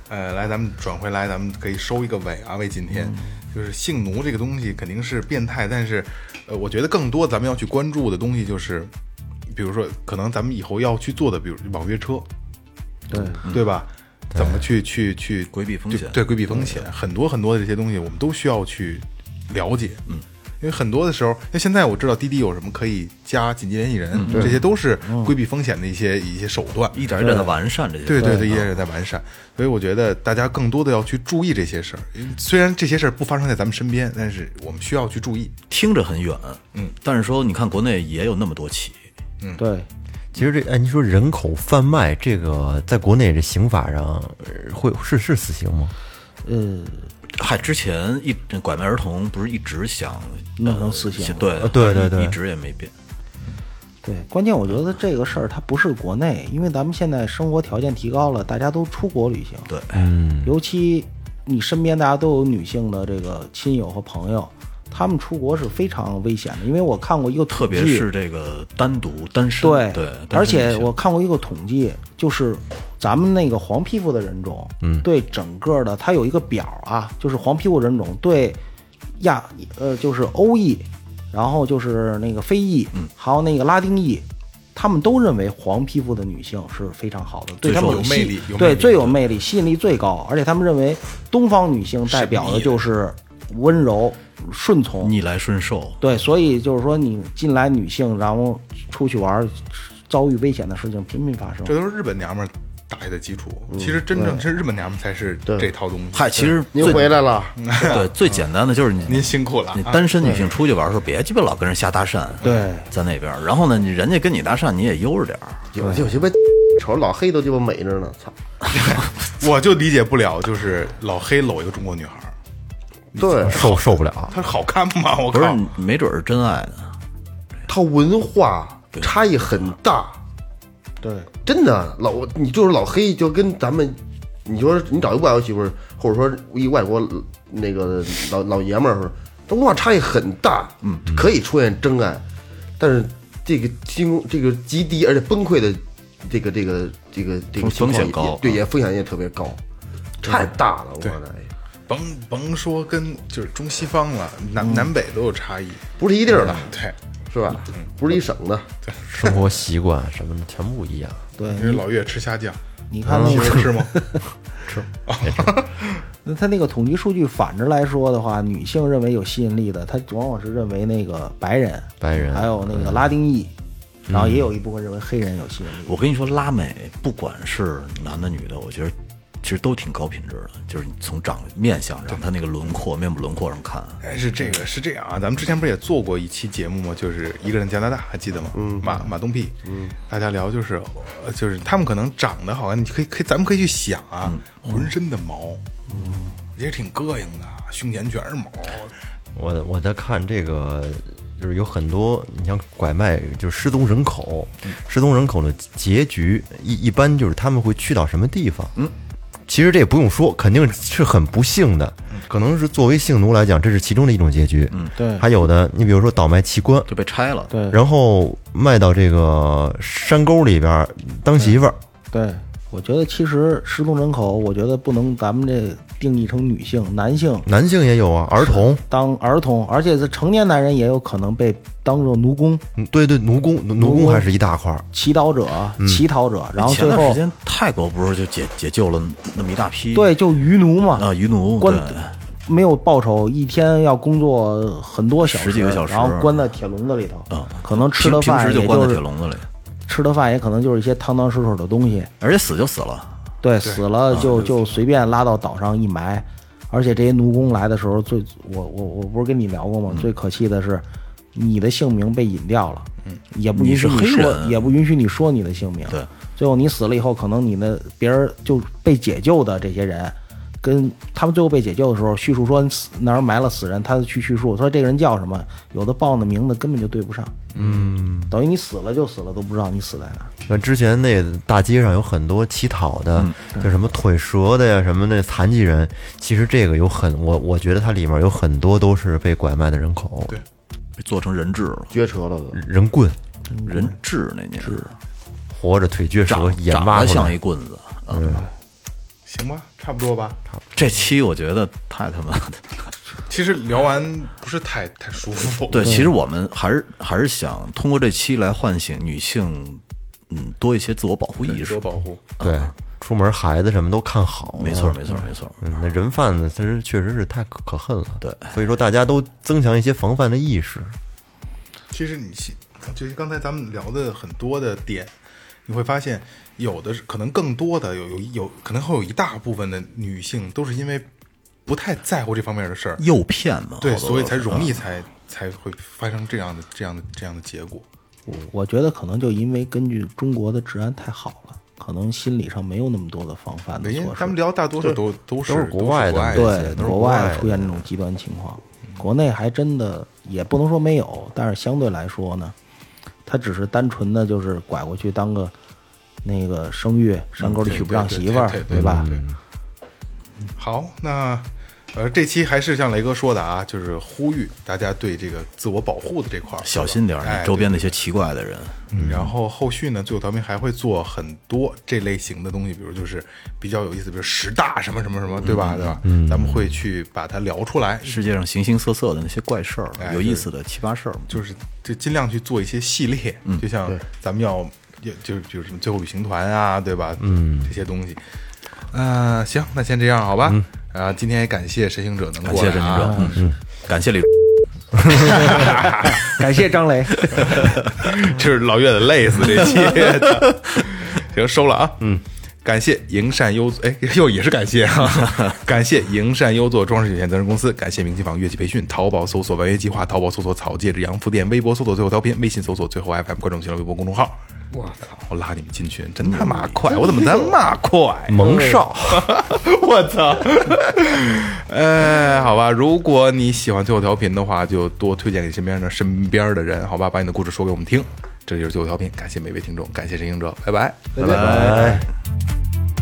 [SPEAKER 3] 呃，来，咱们转回来，咱们可以收一个尾啊，为今天。
[SPEAKER 6] 嗯
[SPEAKER 3] 就是性奴这个东西肯定是变态，但是，呃，我觉得更多咱们要去关注的东西就是，比如说，可能咱们以后要去做的，比如网约车，
[SPEAKER 6] 对，嗯
[SPEAKER 3] 对吧？怎么去去去
[SPEAKER 5] 规避风
[SPEAKER 3] 就
[SPEAKER 5] 险嗯
[SPEAKER 3] 对，规避风险，很多很多的这些东西，我们都需要去了解。嗯，因为很多的时候，那现在我知道滴滴有什么可以加紧急联系人，这些都是规避风险的一些一些手段。
[SPEAKER 5] 嗯一点一点嗯的完善这些。
[SPEAKER 3] 对对对，一点点在完善，所以我觉得大家更多的要去注意这些事儿。因为虽然这些事儿不发生在咱们身边，但是我们需要去注意。
[SPEAKER 5] 听着很远，嗯，但是说你看国内也有那么多起，
[SPEAKER 6] 对，
[SPEAKER 1] 其实这哎，你说人口贩卖这个，在国内这刑法上呃会是是死刑吗？
[SPEAKER 5] 嗨，之前一拐卖儿童不是一直想
[SPEAKER 6] 弄成死刑
[SPEAKER 5] 呃对
[SPEAKER 1] 呃对对对
[SPEAKER 5] 一直也没变。
[SPEAKER 6] 对，关键我觉得这个事儿它不是国内，因为咱们现在生活条件提高了，大家都出国旅行。
[SPEAKER 5] 对，嗯
[SPEAKER 6] 尤其你身边大家都有女性的这个亲友和朋友，他们出国是非常危险的。因为我看过一个
[SPEAKER 5] 特别
[SPEAKER 6] 统计
[SPEAKER 5] 是这个单独单身，
[SPEAKER 6] 对
[SPEAKER 5] 对，单
[SPEAKER 6] 而
[SPEAKER 5] 身女
[SPEAKER 6] 且
[SPEAKER 5] 性
[SPEAKER 6] 我看过一个统计，就是咱们那个黄皮肤的人种，嗯，对整个的它有一个表啊，就是黄皮肤人种对亚呃就是欧裔，然后就是那个非裔，嗯，还有那个拉丁裔。他们都认为黄皮肤的女性是非常好的，
[SPEAKER 5] 最
[SPEAKER 6] 对他们
[SPEAKER 5] 受
[SPEAKER 6] 吸
[SPEAKER 3] 魅力有魅
[SPEAKER 6] 对
[SPEAKER 3] 力
[SPEAKER 6] 最有魅力，吸引力最高，而且他们认为东方女性代表的就是温柔、顺从、
[SPEAKER 5] 逆来顺受，
[SPEAKER 6] 对，所以就是说，你进来女性，然后出去玩儿，遭遇危险的事情频频发生。
[SPEAKER 3] 这都是日本娘们儿打下的基础。其实真正是日本娘们儿才是这套东西。
[SPEAKER 5] 嗨，其实
[SPEAKER 4] 您
[SPEAKER 5] 最
[SPEAKER 4] 回来了，
[SPEAKER 5] 对最简单的就是你
[SPEAKER 3] 您辛苦了啊
[SPEAKER 5] 你单身女性出去玩的时候，别鸡巴老跟人瞎搭讪，
[SPEAKER 6] 对
[SPEAKER 5] 在那边儿。然后呢，你人家跟你搭讪，你也悠着点儿。
[SPEAKER 4] 有有鸡巴瞅老黑都鸡巴美着呢，操！
[SPEAKER 3] 我就理解不了，就是老黑搂一个中国女孩儿，
[SPEAKER 4] 对，
[SPEAKER 1] 受受不了，
[SPEAKER 3] 她好看 吗？我
[SPEAKER 5] 不是
[SPEAKER 3] 靠！，
[SPEAKER 5] 没准是真爱呢。
[SPEAKER 4] 他文化差异很大，
[SPEAKER 6] 对，
[SPEAKER 4] 真的老你就是老黑，就跟咱们，你说你找一外国媳妇儿，或者说一外国那个老老爷们儿，他文化差异很大，嗯，可以出现真爱，但是这个经这个极低而且崩溃的这个这个这个这个情
[SPEAKER 5] 风
[SPEAKER 4] 况
[SPEAKER 5] 险
[SPEAKER 4] 也
[SPEAKER 5] 高嗯
[SPEAKER 4] 对，也风险也特别高，太大了，我
[SPEAKER 3] 对
[SPEAKER 4] 的。
[SPEAKER 3] 甭甭说跟就是中西方了，南南北都有差异。
[SPEAKER 4] 不是一地儿的，
[SPEAKER 5] 嗯
[SPEAKER 3] 对，
[SPEAKER 4] 是吧？不是一省的，
[SPEAKER 1] 生活习惯什么的全不一样。
[SPEAKER 6] 对，
[SPEAKER 3] 因为老岳吃虾酱，
[SPEAKER 6] 你看那
[SPEAKER 1] 嗯
[SPEAKER 3] 媳
[SPEAKER 6] 个，
[SPEAKER 3] 妇儿吃 吗？
[SPEAKER 6] 那他那个统计数据反着来说的话，女性认为有吸引力的，他往往是认为那个白人、
[SPEAKER 1] 白人嗯
[SPEAKER 6] 还有那个拉丁裔，然后也有一部分认为黑人有吸引力。
[SPEAKER 5] 我跟你说，拉美不管是男的女的，我觉得其实都挺高品质的。就是你从长面相上，他那个轮廓、面部轮廓上看，
[SPEAKER 3] 哎，是这个是这样啊，咱们之前不是也做过一期节目吗？就是一个人加拿大，还记得吗？嗯，马马东屁，嗯，大家聊就是，呃就是他们可能长得好看，你可以可以，咱们可以去想啊，浑身的毛，也挺膈应的，胸前全是毛，
[SPEAKER 1] 我我在看这个，就是有很多你像拐卖，就是失踪人口，失踪人口的结局一一般就是他们会去到什么地方？嗯，其实这也不用说，肯定是很不幸的，可能是作为性奴来讲，这是其中的一种结局。嗯，
[SPEAKER 6] 对
[SPEAKER 1] 还有的，你比如说倒卖器官，
[SPEAKER 5] 就被拆了。
[SPEAKER 6] 对
[SPEAKER 1] 然后卖到这个山沟里边儿当媳妇儿。
[SPEAKER 6] 对，我觉得其实失踪人口，我觉得不能咱们这定义成女性，男性
[SPEAKER 1] 男性也有啊，儿童，
[SPEAKER 6] 当儿童，而且是成年男人也有可能被当做奴工。
[SPEAKER 1] 嗯对对，奴工奴奴工还是一大块儿。
[SPEAKER 6] 祈祷者、
[SPEAKER 1] 嗯
[SPEAKER 6] 乞讨者，然后
[SPEAKER 5] 前
[SPEAKER 6] 最
[SPEAKER 5] 段时
[SPEAKER 6] 后
[SPEAKER 5] 间泰国不是就解解救了那么一大批
[SPEAKER 6] 对就余奴嘛，
[SPEAKER 5] 啊鱼奴，
[SPEAKER 6] 关
[SPEAKER 5] 对
[SPEAKER 6] 没有报酬，一天要工作很多小时，
[SPEAKER 5] 十几个小时
[SPEAKER 6] 然后关在铁笼子里头，
[SPEAKER 5] 啊，
[SPEAKER 6] 可能吃
[SPEAKER 5] 平
[SPEAKER 6] 了
[SPEAKER 5] 平
[SPEAKER 6] 饭
[SPEAKER 5] 时
[SPEAKER 6] 也
[SPEAKER 5] 关在
[SPEAKER 6] 是
[SPEAKER 5] 铁笼子里，
[SPEAKER 6] 吃的饭也可能就是一些汤汤水水的东西，
[SPEAKER 5] 而且死就死了，
[SPEAKER 6] 对，死了就就随便拉到岛上一埋，而且这些奴工来的时候，最我我我不是跟你聊过吗？最可气的是，你的姓名被隐掉了，嗯，也不允许
[SPEAKER 5] 你是黑
[SPEAKER 6] 说，
[SPEAKER 5] 人
[SPEAKER 6] 也不允许你说你的姓名。
[SPEAKER 5] 对，
[SPEAKER 6] 最后你死了以后，可能你的别人就被解救的这些人，跟他们最后被解救的时候，叙述说死哪儿埋了死人，他去叙述说这个人叫什么，有的报的名字根本就对不上，嗯，等于你死了就死了，都不知道你死在哪儿。
[SPEAKER 1] 那之前那大街上有很多乞讨的，
[SPEAKER 5] 嗯
[SPEAKER 1] 就什么腿折的呀，什么那残疾人，其实这个有很我我觉得它里面有很多都是被拐卖的人口，
[SPEAKER 3] 对
[SPEAKER 5] 被做成人质了，
[SPEAKER 4] 撅折了的，
[SPEAKER 1] 人棍，
[SPEAKER 6] 嗯
[SPEAKER 5] 人质那年
[SPEAKER 1] 活着腿撅折，
[SPEAKER 5] 长
[SPEAKER 1] 眼
[SPEAKER 5] 长
[SPEAKER 1] 挖
[SPEAKER 5] 得
[SPEAKER 1] 过
[SPEAKER 5] 像
[SPEAKER 1] 来
[SPEAKER 5] 一，棍子。啊
[SPEAKER 3] 行吧，差不多吧。
[SPEAKER 5] 这期我觉得太他妈的，
[SPEAKER 3] 其实聊完不是太太舒服，
[SPEAKER 5] 对，其实我们还是还是想通过这期来唤醒女性，嗯，多一些自我保护意
[SPEAKER 3] 自
[SPEAKER 5] 识
[SPEAKER 3] 我。保护。
[SPEAKER 1] 对，出门孩子什么都看好，
[SPEAKER 5] 嗯没错，没错，没错。
[SPEAKER 1] 嗯，那人贩子其实确实是太可可恨了，
[SPEAKER 5] 对，
[SPEAKER 1] 所以说大家都增强一些防范的意识，
[SPEAKER 3] 其实你细就是刚才咱们聊的很多的点，你会发现有的是可能更多的有有有可能会有一大部分的女性都是因为不太在乎这方面的事儿，
[SPEAKER 5] 诱骗嘛，
[SPEAKER 3] 对，
[SPEAKER 5] 好多
[SPEAKER 3] 所以
[SPEAKER 5] 都
[SPEAKER 3] 才
[SPEAKER 5] 是
[SPEAKER 3] 容易才才会发生这样的这样的这样的结果。
[SPEAKER 6] 我觉得可能就因为根据中国的治安太好了，可能心理上没有那么多的防范的
[SPEAKER 3] 对，因为
[SPEAKER 6] 措
[SPEAKER 3] 咱们
[SPEAKER 6] 施。
[SPEAKER 3] 聊大多数都都是
[SPEAKER 1] 都是国外的这些
[SPEAKER 3] 的，
[SPEAKER 6] 对
[SPEAKER 1] 都是
[SPEAKER 6] 国
[SPEAKER 1] 国外
[SPEAKER 6] 外
[SPEAKER 1] 的
[SPEAKER 6] 出现这种极端情况，国内还真的也不能说没有，但是相对来说呢，他只是单纯的就是拐过去当个那个生育，山沟里娶不上媳妇儿
[SPEAKER 3] 嗯对对，对
[SPEAKER 6] 对吧？
[SPEAKER 3] 好，那呃，这期还是像雷哥说的啊，就是呼吁大家对这个自我保护的这块儿
[SPEAKER 5] 小心点儿，
[SPEAKER 3] 哎
[SPEAKER 5] 你周边那些奇怪的人。
[SPEAKER 3] 嗯然后后续呢，最后调频还会做很多这类型的东西，比如就是比较有意思，比如十大什么什么什么，对吧？对吧？嗯，咱们会去把它聊出来，
[SPEAKER 5] 世界上形形色色的那些怪事儿、
[SPEAKER 3] 哎
[SPEAKER 5] 有意思的奇葩事儿，
[SPEAKER 3] 就是就尽量去做一些系列，
[SPEAKER 5] 嗯
[SPEAKER 3] 就像咱们要要就是比如什么最后旅行团啊，对吧？嗯，这些东西。嗯，行，那先这样好吧。啊，今天也感谢神行者能
[SPEAKER 5] 嗯感
[SPEAKER 3] 过
[SPEAKER 5] 谢
[SPEAKER 3] 来
[SPEAKER 5] 任行
[SPEAKER 3] 啊
[SPEAKER 5] 者，，嗯嗯，感谢李。
[SPEAKER 6] 感谢张雷，
[SPEAKER 3] 这是老岳得累死这 期。行，收了啊。嗯，感谢营善优，哎，又也是感谢 啊，感谢营善优作装饰有限责任公司，感谢明琴坊乐器培训，淘宝搜索“完约计划”，淘宝搜索“草戒指洋服店”，微博搜索“最后调频”，微信搜索“最后 FM” 观众群微博公众号。我操！我拉你们进群，真他妈快！我怎么那 么快？
[SPEAKER 1] 蒙少，
[SPEAKER 3] 我操！哎，好吧，如果你喜欢最后调频的话，就多推荐给身边的身边的人，好吧，把你的故事说给我们听。这就是最后调频，感谢每位听众，感谢神行者，拜拜。
[SPEAKER 1] 拜拜。